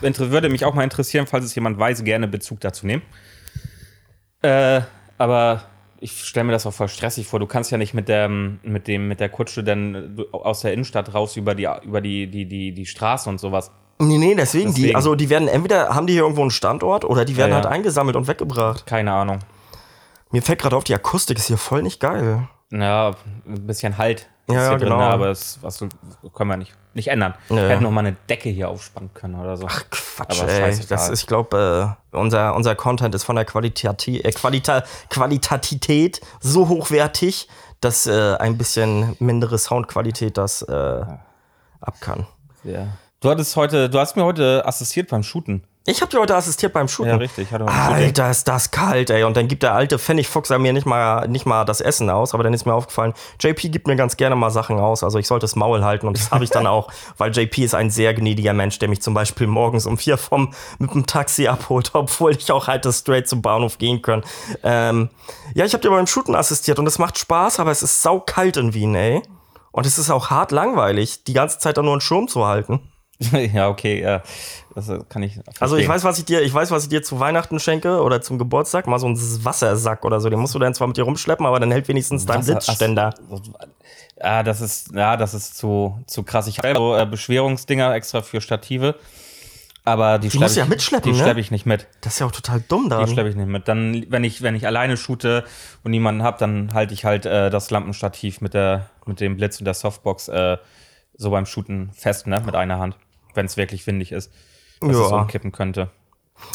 [SPEAKER 2] inter- würde mich auch mal interessieren, falls es jemand weiß, gerne Bezug dazu nehmen. Äh, aber ich stelle mir das auch voll stressig vor. Du kannst ja nicht mit der, mit dem, mit der Kutsche dann äh, aus der Innenstadt raus über die, über die, die, die, die Straße und sowas.
[SPEAKER 1] Nee, nee, deswegen, die,
[SPEAKER 2] Deswegen.
[SPEAKER 1] also die werden entweder, haben die hier irgendwo einen Standort oder die werden
[SPEAKER 2] Ja, ja.
[SPEAKER 1] halt eingesammelt und weggebracht.
[SPEAKER 2] Keine Ahnung.
[SPEAKER 1] Mir fällt gerade auf, die Akustik ist hier voll nicht geil.
[SPEAKER 2] Ja, ein bisschen Halt.
[SPEAKER 1] Ja,
[SPEAKER 2] ist hier
[SPEAKER 1] ja,
[SPEAKER 2] drin,
[SPEAKER 1] genau.
[SPEAKER 2] aber das was, können wir nicht, nicht ändern.
[SPEAKER 1] Ja,
[SPEAKER 2] Wir
[SPEAKER 1] ja.
[SPEAKER 2] hätten noch mal eine Decke hier aufspannen können oder so. Ach,
[SPEAKER 1] Quatsch,
[SPEAKER 2] Aber
[SPEAKER 1] ey.
[SPEAKER 2] scheißegal.
[SPEAKER 1] Das ist, ich glaube, äh, unser, unser Content ist von der Qualitati äh, Qualita Qualitatität so hochwertig, dass äh, ein bisschen mindere Soundqualität das äh, ab kann.
[SPEAKER 2] ja. Du hattest heute, du hast mir heute assistiert beim Shooten.
[SPEAKER 1] Ich habe dir heute assistiert beim Shooten.
[SPEAKER 2] Ja, richtig, hatte man ein Shooting.
[SPEAKER 1] Alter, ist das kalt, ey. Und dann gibt der alte Pfennigfuchser mir nicht mal, nicht mal das Essen aus. Aber dann ist mir aufgefallen, JP gibt mir ganz gerne mal Sachen aus. Also ich sollte das Maul halten und das habe ich dann auch. Weil JP ist ein sehr gnädiger Mensch, der mich zum Beispiel morgens um vier vom, mit dem Taxi abholt, obwohl ich auch hätte straight zum Bahnhof gehen können. Ähm, ja, ich habe dir beim Shooten assistiert und es macht Spaß, aber es ist saukalt in Wien, ey. Und es ist auch hart langweilig, die ganze Zeit da nur einen Schirm zu halten.
[SPEAKER 2] ja, okay, ja. Das äh, kann ich. Verstehen.
[SPEAKER 1] Also ich weiß, was ich dir, ich weiß, was ich dir zu Weihnachten schenke oder zum Geburtstag, mal so einen Wassersack oder so. Den musst du dann zwar mit dir rumschleppen, aber dann hält wenigstens dein
[SPEAKER 2] Wasser-
[SPEAKER 1] Sitzständer.
[SPEAKER 2] Ah, das ist, ja, das ist zu, zu krass. Ich habe so äh, Beschwerungsdinger extra für Stative. Aber die, schlepp
[SPEAKER 1] musst du
[SPEAKER 2] ich-
[SPEAKER 1] ja mitschleppen,
[SPEAKER 2] Die
[SPEAKER 1] ne? Mhm.
[SPEAKER 2] schleppe ich nicht mit.
[SPEAKER 1] Das ist ja auch total dumm
[SPEAKER 2] Die
[SPEAKER 1] da.
[SPEAKER 2] schleppe ich nicht mit. Dann, wenn ich, wenn ich alleine shoote und niemanden habe, dann halte ich halt äh, das Lampenstativ mit, der, mit dem Blitz und der Softbox äh, so beim Shooten fest, ne? Mit einer Hand. Wenn es wirklich windig ist. Dass
[SPEAKER 1] Ja.
[SPEAKER 2] es umkippen könnte.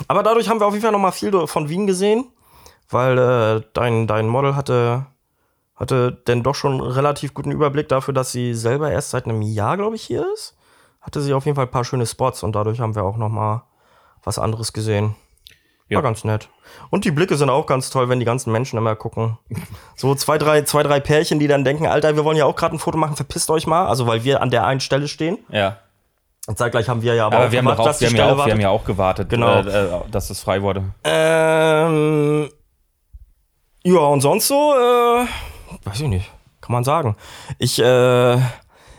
[SPEAKER 1] Aber dadurch haben wir auf jeden Fall noch mal viel do- von Wien gesehen, weil äh, dein, dein Model hatte, hatte denn doch schon einen relativ guten Überblick dafür, dass sie selber erst seit einem Jahr, glaube ich, hier ist. Hatte sie auf jeden Fall ein paar schöne Spots und dadurch haben wir auch noch mal was anderes gesehen.
[SPEAKER 2] Ja.
[SPEAKER 1] War ganz nett. Und die Blicke sind auch ganz toll, wenn die ganzen Menschen immer gucken. So zwei, drei, zwei, drei Pärchen, die dann denken, Alter, wir wollen ja auch gerade ein Foto machen, verpisst euch mal. Also weil wir an der einen Stelle stehen.
[SPEAKER 2] Ja.
[SPEAKER 1] Und zeitgleich haben wir ja aber,
[SPEAKER 2] Aber
[SPEAKER 1] auch
[SPEAKER 2] wir haben, doch
[SPEAKER 1] gemacht,
[SPEAKER 2] auch, wir, haben ja auch, wir haben ja auch gewartet,
[SPEAKER 1] Genau.
[SPEAKER 2] äh, äh, dass es frei wurde.
[SPEAKER 1] Ähm, ja, und sonst so, äh, weiß ich nicht, kann man sagen. Ich, äh,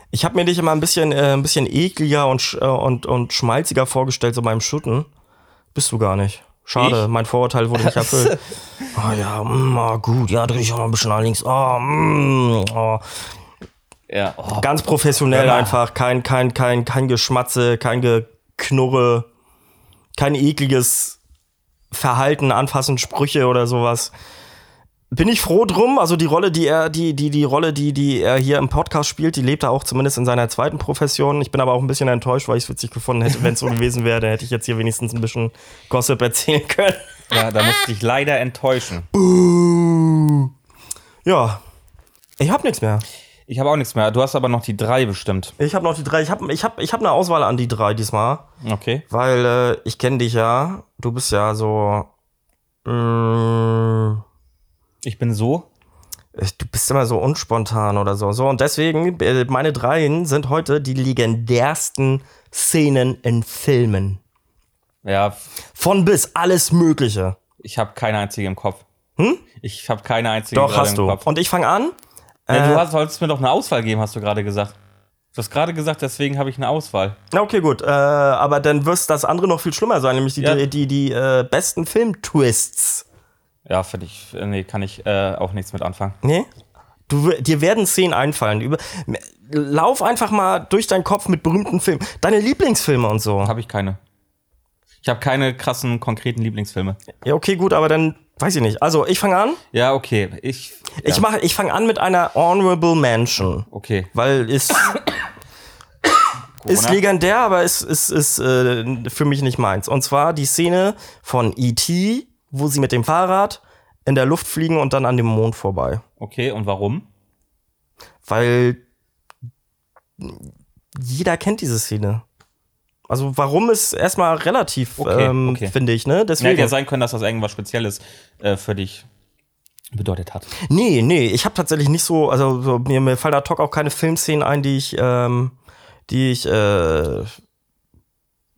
[SPEAKER 1] ich habe mir dich immer ein bisschen, äh, ein bisschen ekliger und, sch äh, und, und schmalziger vorgestellt, so beim Schutten. Bist du gar nicht. Schade,
[SPEAKER 2] Ich?
[SPEAKER 1] mein Vorurteil wurde nicht erfüllt. Ah ja, mm, ah, gut, ja, dreh ich auch noch ein bisschen nach links. Ah, mm, ah.
[SPEAKER 2] Ja. Oh,
[SPEAKER 1] Ganz professionell
[SPEAKER 2] Hör mal.
[SPEAKER 1] einfach, kein, kein, kein, kein Geschmatze, kein Geknurre, kein ekliges Verhalten, Anfassen, Sprüche oder sowas. Bin ich froh drum. Also die Rolle, die er, die, die, die Rolle, die, die er hier im Podcast spielt, die lebt er auch zumindest in seiner zweiten Profession. Ich bin aber auch ein bisschen enttäuscht, weil ich es witzig gefunden hätte, wenn es so gewesen wäre, dann hätte ich jetzt hier wenigstens ein bisschen Gossip erzählen können.
[SPEAKER 2] ja, da musste ich leider enttäuschen.
[SPEAKER 1] Ja. Ich hab nichts mehr.
[SPEAKER 2] Ich habe auch nichts mehr. Du hast aber noch die drei bestimmt.
[SPEAKER 1] Ich hab noch die drei. Ich hab, ich hab, ich hab eine Auswahl an die drei diesmal.
[SPEAKER 2] Okay.
[SPEAKER 1] Weil äh, ich kenne dich ja. Du bist ja so. Mm,
[SPEAKER 2] Ich bin so.
[SPEAKER 1] ich- äh, du bist immer so unspontan oder so. So, und deswegen, äh, meine dreien sind heute die legendärsten Szenen in Filmen.
[SPEAKER 2] Ja,
[SPEAKER 1] Von bis, alles Mögliche.
[SPEAKER 2] ich habe keine einzige im Kopf. Hm? Ich habe keine einzige
[SPEAKER 1] Doch,
[SPEAKER 2] gerade
[SPEAKER 1] hast
[SPEAKER 2] im
[SPEAKER 1] du.
[SPEAKER 2] Kopf.
[SPEAKER 1] Und ich fange an.
[SPEAKER 2] Ja,
[SPEAKER 1] Äh,
[SPEAKER 2] du hast, solltest mir doch eine Auswahl geben, hast du gerade gesagt. Du hast gerade gesagt, deswegen habe ich eine Auswahl.
[SPEAKER 1] Na, Okay, gut. Äh, aber dann wirst das andere noch viel schlimmer sein, nämlich die,
[SPEAKER 2] Ja.
[SPEAKER 1] die, die, die äh, besten Filmtwists.
[SPEAKER 2] Ja, finde ich. äh, Nee, kann ich äh, auch nichts mit anfangen.
[SPEAKER 1] Nee? Du, w- dir werden Szenen einfallen. Über, m- lauf einfach mal durch deinen Kopf mit berühmten Filmen. Deine Lieblingsfilme und so.
[SPEAKER 2] Habe ich keine. Ich habe keine krassen, konkreten Lieblingsfilme.
[SPEAKER 1] Ja, okay, gut, aber dann weiß ich nicht. Also, ich fange an.
[SPEAKER 2] Ja, okay. Ich.
[SPEAKER 1] Ich,
[SPEAKER 2] ja,
[SPEAKER 1] mach, ich fange an mit einer Honorable Mansion.
[SPEAKER 2] Okay.
[SPEAKER 1] Weil es ist
[SPEAKER 2] Corona.
[SPEAKER 1] legendär, aber es ist, ist, äh, für mich nicht meins. Und zwar die Szene von E.T., wo sie mit dem Fahrrad in der Luft fliegen und dann an dem Mond vorbei.
[SPEAKER 2] Okay, und warum?
[SPEAKER 1] Weil jeder kennt diese Szene. Also warum ist erstmal relativ,
[SPEAKER 2] Okay,
[SPEAKER 1] ähm,
[SPEAKER 2] okay.
[SPEAKER 1] finde ich, ne?
[SPEAKER 2] Ja,
[SPEAKER 1] Deswegen.
[SPEAKER 2] hätte ja sein können, dass das irgendwas Spezielles äh, für dich bedeutet hat.
[SPEAKER 1] nee, nee, ich habe tatsächlich nicht so, also so, mir, mir fallen da Talk auch keine Filmszenen ein, die ich, ähm, die ich, äh,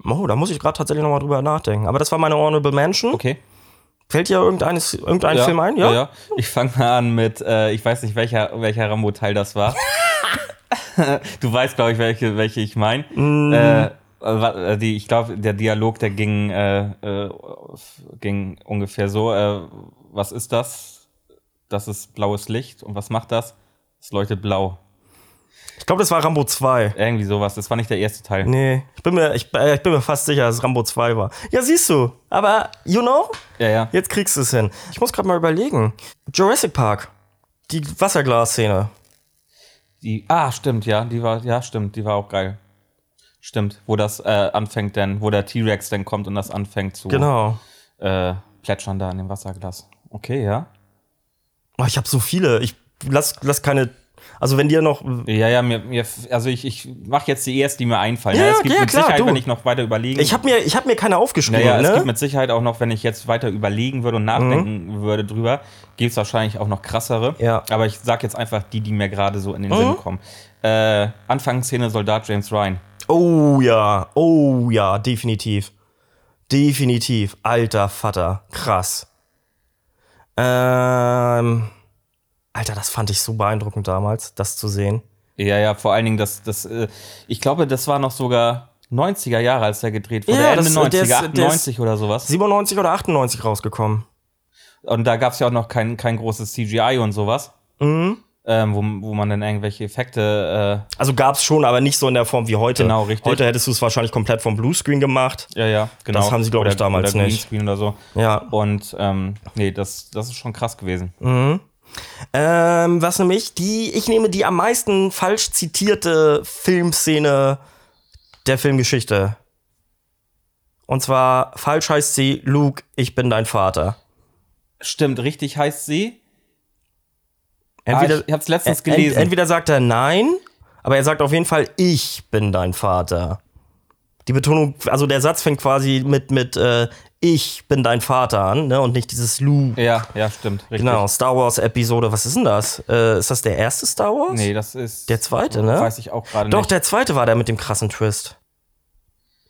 [SPEAKER 1] oh, da muss ich gerade tatsächlich nochmal drüber nachdenken. Aber das war meine Honorable Mention.
[SPEAKER 2] Okay.
[SPEAKER 1] Fällt dir irgendeines, irgendein Film ein? Ja.
[SPEAKER 2] ja, Ich fange mal an mit, äh, ich weiß nicht, welcher, welcher Rambo-Teil das war. du weißt, glaube ich, welche, welche ich meine.
[SPEAKER 1] Mhm.
[SPEAKER 2] Äh, äh, wa- die, ich glaube, der Dialog, der ging, äh, äh, f- ging ungefähr so: äh, Was ist das? Das ist blaues Licht. Und was macht das? Es leuchtet blau.
[SPEAKER 1] Ich glaube, das war Rambo 2.
[SPEAKER 2] Irgendwie sowas. Das war nicht der erste Teil.
[SPEAKER 1] Nee, ich bin, mir, ich, äh, ich bin mir fast sicher, dass es Rambo 2 war. Ja, siehst du. Aber, you know,
[SPEAKER 2] Ja, ja.
[SPEAKER 1] jetzt kriegst du es hin. Ich muss gerade mal überlegen. Jurassic Park. Die Wasserglas-Szene.
[SPEAKER 2] Die, ah, stimmt, ja, die war, ja, stimmt, die war auch geil. Stimmt, wo das äh, anfängt dann, wo der T-Rex dann kommt und das anfängt zu
[SPEAKER 1] Genau.
[SPEAKER 2] äh, plätschern da in dem Wasserglas. Okay, ja.
[SPEAKER 1] Oh, ich habe so viele. Ich lass, lass keine. Also, wenn dir noch.
[SPEAKER 2] Ja, ja, mir, mir also ich, ich mache jetzt die ersten, die mir einfallen.
[SPEAKER 1] Ja,
[SPEAKER 2] es
[SPEAKER 1] ja,
[SPEAKER 2] gibt
[SPEAKER 1] ja,
[SPEAKER 2] mit
[SPEAKER 1] klar,
[SPEAKER 2] Sicherheit,
[SPEAKER 1] du.
[SPEAKER 2] wenn ich noch weiter überlege.
[SPEAKER 1] Ich habe mir, ich hab mir keine aufgeschrieben.
[SPEAKER 2] naja, es
[SPEAKER 1] ne? Mhm.
[SPEAKER 2] gibt mit Sicherheit auch noch, wenn ich jetzt weiter überlegen würde und nachdenken würde drüber, gibt es wahrscheinlich auch noch krassere.
[SPEAKER 1] Ja. Mhm.
[SPEAKER 2] Aber ich sag jetzt einfach die, die mir gerade so in den Sinn kommen. Äh, Anfangsszene Soldat James Ryan.
[SPEAKER 1] oh ja. Oh ja, definitiv. Definitiv. Alter Vater. Krass. Ähm. Alter, das fand ich so beeindruckend damals, das zu sehen.
[SPEAKER 2] Ja, ja, vor allen Dingen, das, das, äh, ich glaube, das war noch sogar 90er Jahre, als der gedreht wurde.
[SPEAKER 1] Ja,
[SPEAKER 2] Ende
[SPEAKER 1] das- äh, der
[SPEAKER 2] 90er,
[SPEAKER 1] ist- der ist-
[SPEAKER 2] 98 oder sowas.
[SPEAKER 1] 97 oder 98 rausgekommen.
[SPEAKER 2] Und da gab es ja auch noch kein, kein großes CGI und sowas.
[SPEAKER 1] Mhm.
[SPEAKER 2] Ähm, wo, wo man dann irgendwelche Effekte, äh,
[SPEAKER 1] Also gab's schon, aber nicht so in der Form wie heute.
[SPEAKER 2] Genau, richtig.
[SPEAKER 1] Heute hättest du es wahrscheinlich komplett vom Bluescreen gemacht.
[SPEAKER 2] äh, ja, ja, genau.
[SPEAKER 1] haben sie, glaub ich,
[SPEAKER 2] Oder-
[SPEAKER 1] damals
[SPEAKER 2] oder
[SPEAKER 1] nicht.
[SPEAKER 2] Greenscreen oder so.
[SPEAKER 1] Ja.
[SPEAKER 2] Und, ähm, nee, das, das ist schon krass gewesen.
[SPEAKER 1] Ähm, was nämlich? Die, ich nehme die am meisten falsch zitierte Filmszene der Filmgeschichte. Und zwar, falsch heißt sie, Luke, ich bin dein Vater.
[SPEAKER 2] Stimmt, richtig heißt sie.
[SPEAKER 1] Entweder,
[SPEAKER 2] ah, ich hab's letztens
[SPEAKER 1] en-
[SPEAKER 2] gelesen.
[SPEAKER 1] entweder sagt er nein, aber er sagt auf jeden Fall, ich bin dein Vater. Die Betonung, also der Satz fängt quasi mit, mit äh, ich bin dein Vater an, ne? Und nicht dieses Luke.
[SPEAKER 2] ja, ja, stimmt. Richtig.
[SPEAKER 1] Genau, Star Wars Episode, was ist denn das? Äh, ist das der erste Star Wars?
[SPEAKER 2] Nee, das ist.
[SPEAKER 1] Der zweite, ne?
[SPEAKER 2] Weiß ich auch gerade
[SPEAKER 1] Doch,
[SPEAKER 2] nicht.
[SPEAKER 1] der zweite war der mit dem krassen Twist.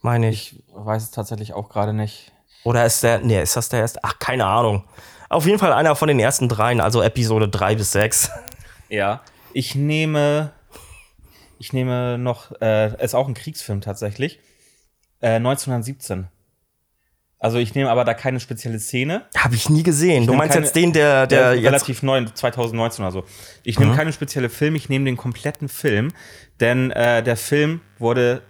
[SPEAKER 1] Meine ich.
[SPEAKER 2] Ich weiß es tatsächlich auch gerade nicht.
[SPEAKER 1] Oder ist der, nee, ist das der erste? Ach, keine Ahnung. Auf jeden Fall einer von den ersten dreien, also Episode 3 bis 6.
[SPEAKER 2] Ja. Ich nehme, ich nehme noch, äh, ist auch ein Kriegsfilm tatsächlich, äh, 1917. Also ich nehme aber da keine spezielle Szene.
[SPEAKER 1] Habe ich nie gesehen. Du
[SPEAKER 2] nehme
[SPEAKER 1] meinst
[SPEAKER 2] keine-
[SPEAKER 1] jetzt den, der, der,
[SPEAKER 2] Der ist
[SPEAKER 1] jetzt. Mhm.
[SPEAKER 2] relativ neu, 2019 oder so. Ich nehme keine spezielle Film, ich nehme den kompletten Film, denn äh, der Film wurde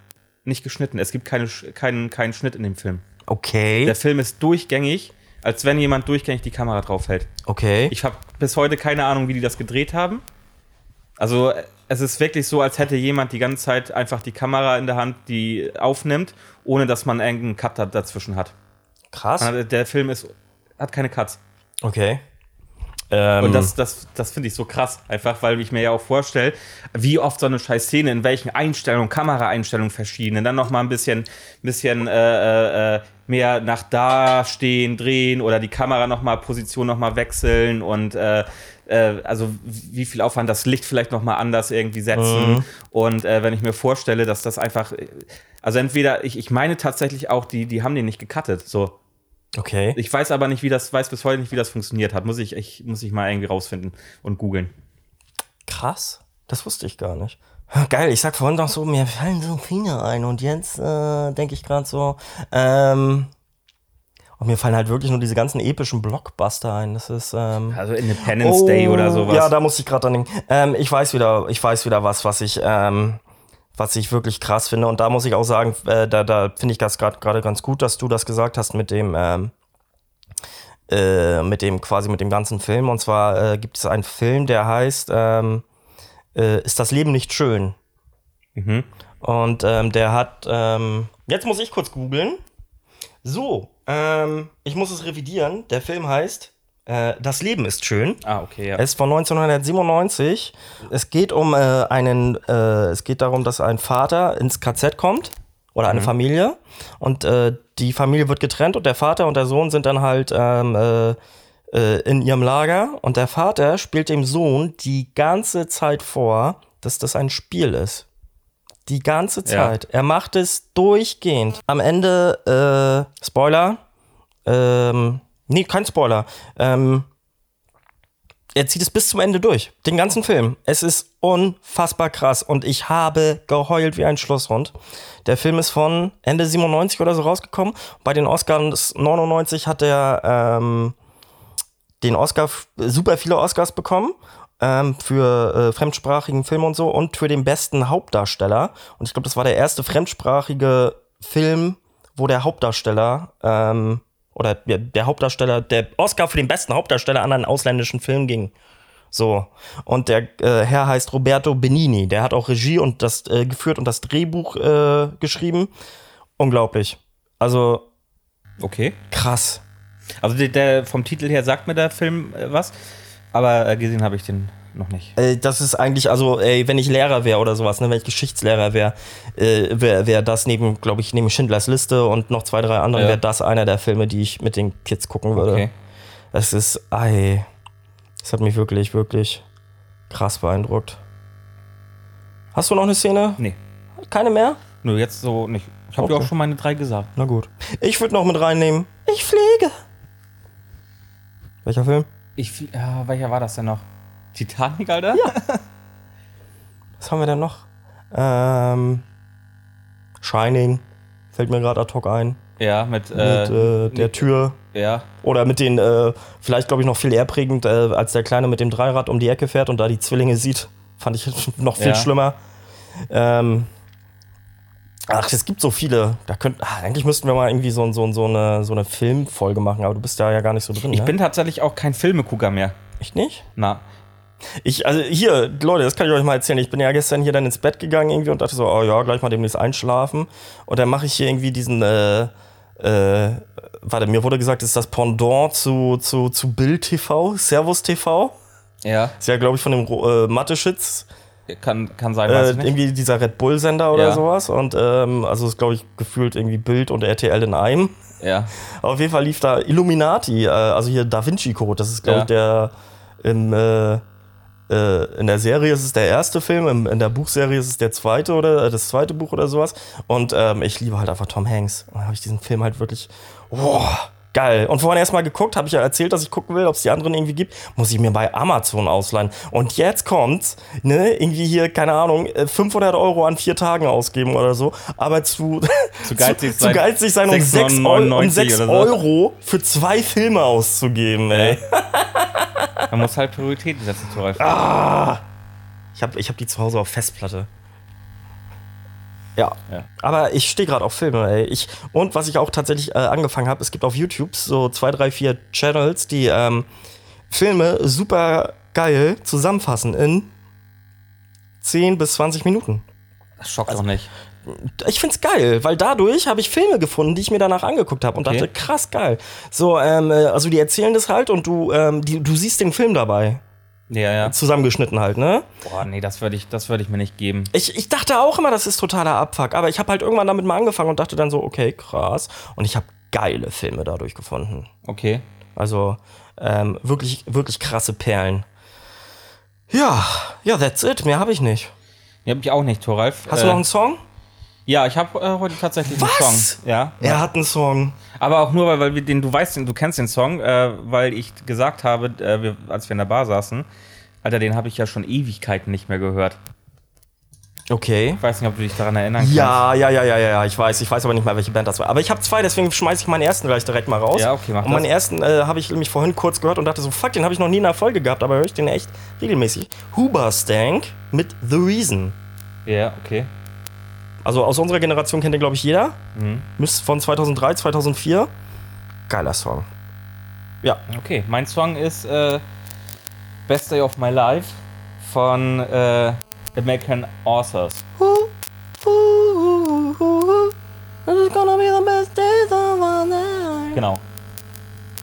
[SPEAKER 2] nicht geschnitten. Es gibt keine, Sch- keinen, keinen Schnitt in dem Film.
[SPEAKER 1] Okay,
[SPEAKER 2] Der Film ist durchgängig, als wenn jemand durchgängig die Kamera draufhält.
[SPEAKER 1] okay.
[SPEAKER 2] Ich habe bis heute keine Ahnung, wie die das gedreht haben. Also äh, es ist wirklich so, als hätte jemand die ganze Zeit einfach die Kamera in der Hand, die aufnimmt, ohne dass man irgendeinen Cut da- dazwischen hat.
[SPEAKER 1] Krass.
[SPEAKER 2] Man hat- Der Film ist hat keine Cuts.
[SPEAKER 1] Okay. Ähm,
[SPEAKER 2] Und das, das, das finde ich so krass, einfach weil ich mir ja auch vorstelle, wie oft so eine scheiß Szene, in welchen Einstellungen, Kameraeinstellungen verschieden, dann nochmal ein bisschen, bisschen äh, äh, äh, mehr nach da stehen, drehen oder die Kamera nochmal, Position nochmal wechseln und äh, äh, also wie viel Aufwand das Licht vielleicht nochmal anders irgendwie setzen. Und äh, wenn ich mir vorstelle, dass das einfach, also entweder, ich, ich meine tatsächlich auch, die, die haben den nicht gecuttet, so.
[SPEAKER 1] okay.
[SPEAKER 2] Ich weiß aber nicht, wie das, weiß bis heute nicht, wie das funktioniert hat. Muss ich, ich muss ich mal irgendwie rausfinden und googeln.
[SPEAKER 1] Krass. Das wusste ich gar nicht. Geil, ich sag vorhin noch so, mir fallen so viele ein und jetzt äh, denke ich gerade so, ähm, und mir fallen halt wirklich nur diese ganzen epischen Blockbuster ein. Das ist, ähm,
[SPEAKER 2] Also Independence Day oder sowas.
[SPEAKER 1] Oh, Ja, da musste ich gerade dran denken. Ähm, ich weiß wieder, ich weiß wieder was, was ich, ähm, was ich wirklich krass finde. Und da muss ich auch sagen, äh, da, da finde ich das gerade gerade ganz gut, dass du das gesagt hast mit dem, ähm, äh, mit dem quasi mit dem ganzen Film. Und zwar äh, gibt es einen Film, der heißt ähm, äh, "Ist das Leben nicht schön?"
[SPEAKER 2] mhm.
[SPEAKER 1] Und ähm, der hat. Ähm, jetzt muss ich kurz googeln. So, ähm, ich muss es revidieren. Der Film heißt Äh, das Leben ist schön.
[SPEAKER 2] Ah, okay, ja.
[SPEAKER 1] Es ist von 1997. Es geht um äh, einen, äh, es geht darum, dass ein Vater ins KZ kommt oder eine Familie und äh, die Familie wird getrennt und der Vater und der Sohn sind dann halt ähm, äh, äh, in ihrem Lager und der Vater spielt dem Sohn die ganze Zeit vor, dass das ein Spiel ist. Die ganze
[SPEAKER 2] Ja.
[SPEAKER 1] Zeit. Er macht es durchgehend. Am Ende, äh, Spoiler, ähm, nee, kein Spoiler. Ähm, er zieht es bis zum Ende durch. Den ganzen Film. Es ist unfassbar krass. Und ich habe geheult wie ein Schlosshund. Der Film ist von Ende 97 oder so rausgekommen. Bei den Oscars 99 hat er ähm, den Oscar, super viele Oscars bekommen. Ähm, für äh, fremdsprachigen Film und so und für den besten Hauptdarsteller. Und ich glaube, das war der erste fremdsprachige Film, wo der Hauptdarsteller ähm, oder der, der Hauptdarsteller, der Oscar für den besten Hauptdarsteller an einen ausländischen Film ging. So. Und der äh, Herr heißt Roberto Benini. Der hat auch Regie und das äh, geführt und das Drehbuch äh, geschrieben. Unglaublich. Also
[SPEAKER 2] Okay.
[SPEAKER 1] krass.
[SPEAKER 2] Also der, der, vom Titel her sagt mir der Film äh, was, aber äh, gesehen habe ich den noch nicht.
[SPEAKER 1] Äh, das ist eigentlich, also, ey, wenn ich Lehrer wäre oder sowas, ne, wenn ich Geschichtslehrer wäre, äh, wäre wär das neben, glaube ich, neben Schindlers Liste und noch zwei, drei anderen,
[SPEAKER 2] Ja.
[SPEAKER 1] wäre das einer der Filme, die ich mit den Kids gucken würde.
[SPEAKER 2] Okay.
[SPEAKER 1] Es ist, ei. Das hat mich wirklich, wirklich krass beeindruckt. Hast du noch eine Szene?
[SPEAKER 2] Nee.
[SPEAKER 1] Keine mehr?
[SPEAKER 2] Nur jetzt so nicht. Ich habe dir
[SPEAKER 1] Okay.
[SPEAKER 2] auch schon meine drei gesagt.
[SPEAKER 1] Na gut. Ich würde noch mit reinnehmen. Ich fliege. Welcher Film?
[SPEAKER 2] Ich, flie- ah, welcher war das denn noch? Titanic, Alter? Ja.
[SPEAKER 1] Was haben wir denn noch? Ähm. Shining. Fällt mir gerade ad hoc ein.
[SPEAKER 2] Ja, mit,
[SPEAKER 1] Mit äh,
[SPEAKER 2] äh,
[SPEAKER 1] der Tür.
[SPEAKER 2] ja.
[SPEAKER 1] Oder mit den, äh, vielleicht glaube ich noch viel eher prägend, äh, als der Kleine mit dem Dreirad um die Ecke fährt und da die Zwillinge sieht. Fand ich noch viel
[SPEAKER 2] Ja.
[SPEAKER 1] schlimmer. Ähm, ach, es gibt so viele. Da könnt, ach, eigentlich müssten wir mal irgendwie so, ein- so, ein- so, eine, so eine Filmfolge machen, aber du bist da ja gar nicht so drin.
[SPEAKER 2] Ich
[SPEAKER 1] ne?
[SPEAKER 2] bin tatsächlich auch kein Filmegucker mehr.
[SPEAKER 1] Echt nicht?
[SPEAKER 2] Na,
[SPEAKER 1] Ich, also hier, Leute, das kann ich euch mal erzählen. Ich bin ja gestern hier dann ins Bett gegangen irgendwie und dachte so, oh ja, gleich mal demnächst einschlafen. Und dann mache ich hier irgendwie diesen, äh, äh, warte, mir wurde gesagt, das ist das Pendant zu, zu, zu Bild TV, Servus TV.
[SPEAKER 2] ja,
[SPEAKER 1] Ist ja, glaube ich, von dem Ro- äh, Mathe-Schitz,
[SPEAKER 2] kann, kann sein,
[SPEAKER 1] äh,
[SPEAKER 2] weiß ich nicht.
[SPEAKER 1] irgendwie dieser Red Bull-Sender oder
[SPEAKER 2] Ja.
[SPEAKER 1] sowas. Und ähm, also ist, glaube ich, gefühlt irgendwie Bild und RTL in einem.
[SPEAKER 2] Ja.
[SPEAKER 1] Auf jeden Fall lief da Illuminati, äh, also hier Da Vinci Code. Das ist, glaube ich, der im, äh, äh, in der Serie ist es der erste Film, im, in der Buchserie ist es der zweite oder äh, das zweite Buch oder sowas. Und ähm, ich liebe halt einfach Tom Hanks. Und dann habe ich diesen Film halt wirklich. Boah, geil. Und vorhin erstmal geguckt, habe ich ja erzählt, dass ich gucken will, ob es die anderen irgendwie gibt. Muss ich mir bei Amazon ausleihen. Und jetzt kommt's, ne, irgendwie hier, keine Ahnung, äh, 500 Euro an vier Tagen ausgeben oder so. Aber zu.
[SPEAKER 2] Zu geizig
[SPEAKER 1] zu,
[SPEAKER 2] sein.
[SPEAKER 1] Zu geizig sein, um 6, Euro, um
[SPEAKER 2] 6,99
[SPEAKER 1] 6
[SPEAKER 2] oder so.
[SPEAKER 1] Euro für zwei Filme auszugeben, ey.
[SPEAKER 2] Man muss halt Prioritäten setzen, zu Ralf.
[SPEAKER 1] Ah. Ich habe ich hab die zu Hause auf Festplatte. Ja.
[SPEAKER 2] Ja.
[SPEAKER 1] Aber ich stehe gerade auf Filme, ey. Ich, und was ich auch tatsächlich äh, angefangen habe, es gibt auf YouTube so zwei, drei, vier Channels, die ähm, Filme super geil zusammenfassen in 10 bis 20 Minuten.
[SPEAKER 2] Das schockt doch nicht.
[SPEAKER 1] ich find's geil, weil dadurch habe ich Filme gefunden, die ich mir danach angeguckt habe und
[SPEAKER 2] Okay.
[SPEAKER 1] dachte, krass geil. So, ähm, äh, also die erzählen das halt und du, ähm, die, du siehst den Film dabei.
[SPEAKER 2] Ja, ja.
[SPEAKER 1] Zusammengeschnitten halt, ne?
[SPEAKER 2] Boah, nee, das würde ich, das würd ich mir nicht geben.
[SPEAKER 1] Ich, ich dachte auch immer, das ist totaler Abfuck, aber ich habe halt irgendwann damit mal angefangen und dachte dann so, okay, krass. Und ich habe geile Filme dadurch gefunden.
[SPEAKER 2] Okay.
[SPEAKER 1] Also ähm, wirklich, wirklich krasse Perlen. Ja, ja, that's it. Mehr habe ich nicht.
[SPEAKER 2] Die habe ich auch nicht, Thoralf.
[SPEAKER 1] Hast
[SPEAKER 2] Äh,
[SPEAKER 1] du noch einen Song?
[SPEAKER 2] Ja, ich habe äh, heute tatsächlich einen
[SPEAKER 1] Was?
[SPEAKER 2] Song. Ja.
[SPEAKER 1] Er hat einen Song.
[SPEAKER 2] Aber auch nur, weil, weil wir den, du weißt, den- du kennst den Song, äh, weil ich gesagt habe, äh, wir, als wir in der Bar saßen, Alter, den habe ich ja schon Ewigkeiten nicht mehr gehört.
[SPEAKER 1] Okay.
[SPEAKER 2] Ich weiß nicht, ob du dich daran erinnern kannst.
[SPEAKER 1] Ja, ja, ja, ja, ja, ja, ich weiß. Ich weiß aber nicht mehr, welche Band das war. Aber ich habe zwei, deswegen schmeiß ich meinen ersten gleich direkt mal raus.
[SPEAKER 2] Ja, okay, mach
[SPEAKER 1] Und meinen
[SPEAKER 2] das.
[SPEAKER 1] ersten äh, habe ich nämlich vorhin kurz gehört und dachte so, fuck, den habe ich noch nie in einer Folge gehabt, aber höre ich den echt regelmäßig. Huber Stank mit The Reason.
[SPEAKER 2] Ja, okay.
[SPEAKER 1] Also aus unserer Generation kennt den, glaube ich, jeder.
[SPEAKER 2] Mhm.
[SPEAKER 1] Müsst von 2003, 2004. Geiler Song.
[SPEAKER 2] Okay, mein Song ist äh, Best Day of My Life von äh, American Authors. Genau.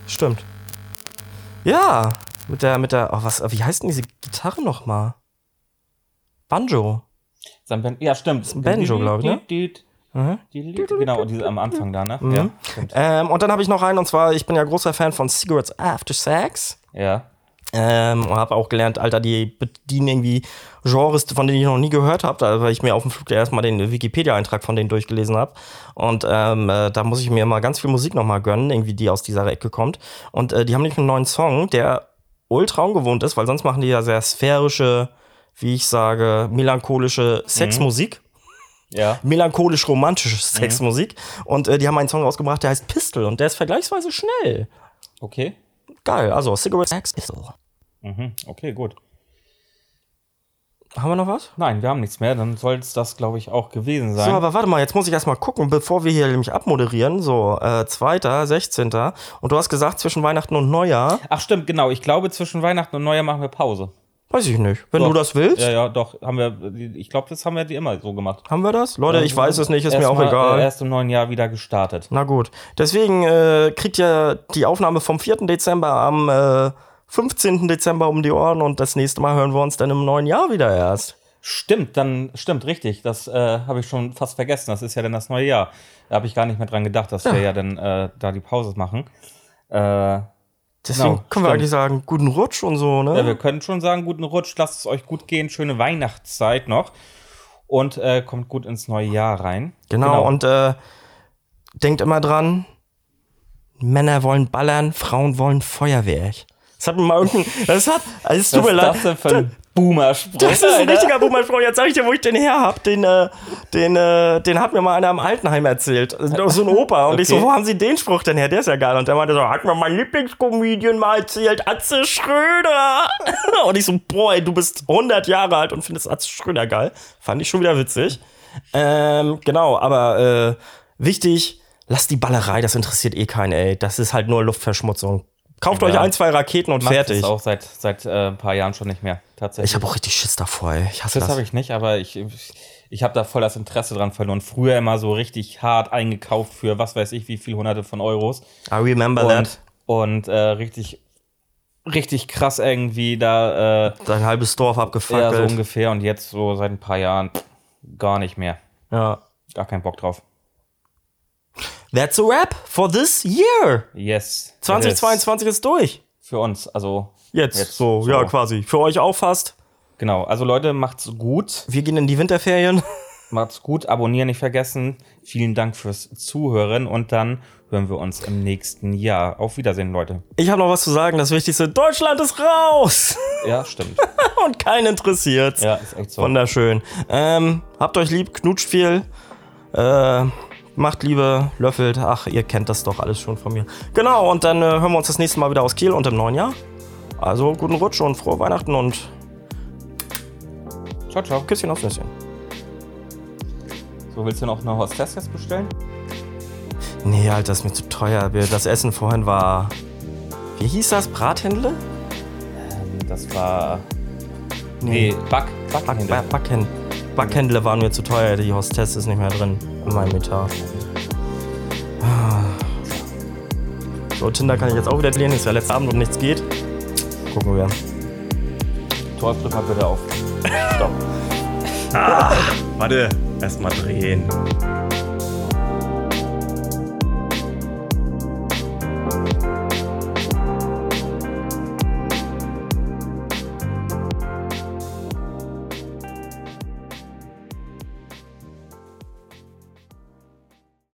[SPEAKER 1] Stimmt. Ja, mit der, mit der, oh, was, wie heißt denn diese Gitarre nochmal? Banjo.
[SPEAKER 2] Sein Ben- Ja, stimmt. Ist
[SPEAKER 1] ein Banjo, glaub ich, ne? Mhm.
[SPEAKER 2] Genau, diese am Anfang da, ne? Ja, stimmt.
[SPEAKER 1] Ähm, und dann habe ich noch einen, und zwar, ich bin ja großer Fan von Cigarettes After Sex.
[SPEAKER 2] Ja.
[SPEAKER 1] Ähm, und habe auch gelernt, Alter, die bedienen irgendwie Genres, von denen ich noch nie gehört habe, da- weil ich mir auf dem Flug ja erstmal den Wikipedia-Eintrag von denen durchgelesen habe. Und ähm, äh, da muss ich mir mal ganz viel Musik nochmal gönnen, irgendwie die aus dieser Ecke kommt. Und äh, die haben nämlich einen neuen Song, der ultra ungewohnt ist, weil sonst machen die ja sehr sphärische, wie ich sage, melancholische Sexmusik
[SPEAKER 2] Ja.
[SPEAKER 1] melancholisch-romantische Sexmusik. Und äh, die haben einen Song rausgebracht, der heißt Pistol und der ist vergleichsweise schnell.
[SPEAKER 2] Okay.
[SPEAKER 1] Geil, also Cigarette Sex Pistol.
[SPEAKER 2] Mhm. Okay, gut.
[SPEAKER 1] Haben wir noch was?
[SPEAKER 2] Nein, wir haben nichts mehr. Dann soll es das, glaube ich, auch gewesen
[SPEAKER 1] So,
[SPEAKER 2] sein.
[SPEAKER 1] aber warte mal, jetzt muss ich erstmal gucken, bevor wir hier nämlich abmoderieren. So, äh, 2., 16. Und du hast gesagt, zwischen Weihnachten und Neujahr.
[SPEAKER 2] Ach, stimmt, genau. Ich glaube, zwischen Weihnachten und Neujahr machen wir Pause.
[SPEAKER 1] Weiß ich nicht. Wenn
[SPEAKER 2] Doch.
[SPEAKER 1] du das willst,
[SPEAKER 2] Ja, ja, doch. Haben wir, ich glaube, das haben wir die immer so gemacht.
[SPEAKER 1] haben wir das? Leute, ich weiß es nicht, ist mir auch
[SPEAKER 2] Erstmal,
[SPEAKER 1] egal.
[SPEAKER 2] äh, Erst im neuen Jahr wieder gestartet.
[SPEAKER 1] Na gut. Deswegen äh, kriegt ihr die Aufnahme vom 4. Dezember am äh, 15. Dezember um die Ohren und das nächste Mal hören wir uns dann im neuen Jahr wieder erst.
[SPEAKER 2] Stimmt, dann stimmt, richtig. Das äh, habe ich schon fast vergessen. Das ist ja dann das neue Jahr. Da habe ich gar nicht mehr dran gedacht, dass wir ja dann äh, da die Pause machen. Äh, ja,
[SPEAKER 1] Deswegen
[SPEAKER 2] Genau,
[SPEAKER 1] können wir
[SPEAKER 2] stimmt.
[SPEAKER 1] eigentlich sagen, guten Rutsch und so, ne?
[SPEAKER 2] wir können schon sagen, guten Rutsch, lasst es euch gut gehen, schöne Weihnachtszeit noch und äh, kommt gut ins neue Jahr rein.
[SPEAKER 1] genau, und äh, denkt immer dran, Männer wollen ballern, Frauen wollen Feuerwerk. Das hat mir mal irgendein. Das hat. Also, es tut
[SPEAKER 2] was
[SPEAKER 1] mir
[SPEAKER 2] ist
[SPEAKER 1] leid.
[SPEAKER 2] das denn für ein Boomer-Spruch?
[SPEAKER 1] Das ist ein
[SPEAKER 2] Alter?
[SPEAKER 1] richtiger Boomer-Spruch. Jetzt sag ich dir, wo ich den her hab. Den, äh, den, äh, den hat mir mal einer im Altenheim erzählt. So ein Opa. Und ich so,
[SPEAKER 2] Okay.
[SPEAKER 1] wo haben Sie den Spruch denn her? Der ist ja geil. Und der meinte so, hat mir mein Lieblingscomedian mal erzählt, Atze Schröder. Und ich so, boah, ey, du bist 100 Jahre alt und findest Atze Schröder geil. Fand ich schon wieder witzig. Ähm, genau, aber äh, wichtig, lasst die Ballerei, das interessiert eh keinen, ey. Das ist halt nur Luftverschmutzung. Kauft euch
[SPEAKER 2] Ja.
[SPEAKER 1] ein, zwei Raketen und
[SPEAKER 2] Macht
[SPEAKER 1] fertig.
[SPEAKER 2] Das auch seit, seit äh, ein paar Jahren schon nicht mehr. Tatsächlich.
[SPEAKER 1] Ich habe auch richtig Schiss davor, ey. Ich hasse
[SPEAKER 2] Das
[SPEAKER 1] das.
[SPEAKER 2] habe ich nicht, aber ich, ich habe da voll das Interesse dran verloren. Früher immer so richtig hart eingekauft für was weiß ich wie viel hunderte von Euros.
[SPEAKER 1] I remember
[SPEAKER 2] Und,
[SPEAKER 1] that.
[SPEAKER 2] und äh, richtig, richtig krass irgendwie da äh,
[SPEAKER 1] Dein halbes Dorf
[SPEAKER 2] ja, so
[SPEAKER 1] abgefackelt. Ja,
[SPEAKER 2] ungefähr. Und jetzt so seit ein paar Jahren pff, gar nicht mehr. Gar keinen Bock drauf.
[SPEAKER 1] That's a wrap for this year.
[SPEAKER 2] Yes.
[SPEAKER 1] 2022 ist durch.
[SPEAKER 2] Yes. Für uns. Also
[SPEAKER 1] Jetzt,
[SPEAKER 2] Jetzt,
[SPEAKER 1] so,
[SPEAKER 2] so.
[SPEAKER 1] ja, quasi. Für euch auch fast.
[SPEAKER 2] genau. Also Leute, macht's gut.
[SPEAKER 1] Wir gehen in die Winterferien.
[SPEAKER 2] Macht's gut. Abonnieren nicht vergessen. Vielen Dank fürs Zuhören. Und dann hören wir uns im nächsten Jahr. Auf Wiedersehen, Leute.
[SPEAKER 1] Ich habe noch was zu sagen. Das Wichtigste: Deutschland ist raus.
[SPEAKER 2] Ja, stimmt.
[SPEAKER 1] Und keinen interessiert's.
[SPEAKER 2] Ja, ist echt so.
[SPEAKER 1] Wunderschön. Ähm, habt euch lieb, knutscht viel. Äh, macht Liebe, löffelt. Ach, ihr kennt das doch alles schon von mir. Genau, und dann äh, hören wir uns das nächste Mal wieder aus Kiel und im neuen Jahr. Also guten Rutsch und frohe Weihnachten und
[SPEAKER 2] Ciao, ciao.
[SPEAKER 1] Küsschen aufs Nüsschen.
[SPEAKER 2] So, willst du noch eine Hostess jetzt bestellen?
[SPEAKER 1] Nee, Alter, das ist mir zu teuer. Wir- Das Essen vorhin war. Wie hieß das? Brathändle?
[SPEAKER 2] Das war. Nee, Back. Back.
[SPEAKER 1] Back, Back, Backhändle. Backhändle waren mir zu teuer. Die Hostess ist nicht mehr drin in meinem Etat. Ah. So, Tinder kann ich jetzt auch wieder lehnen. Ist ja letzter Abend und nichts geht. Gucken wir.
[SPEAKER 2] Torf, drück mal bitte auf. Ah,
[SPEAKER 1] Warte, erstmal drehen.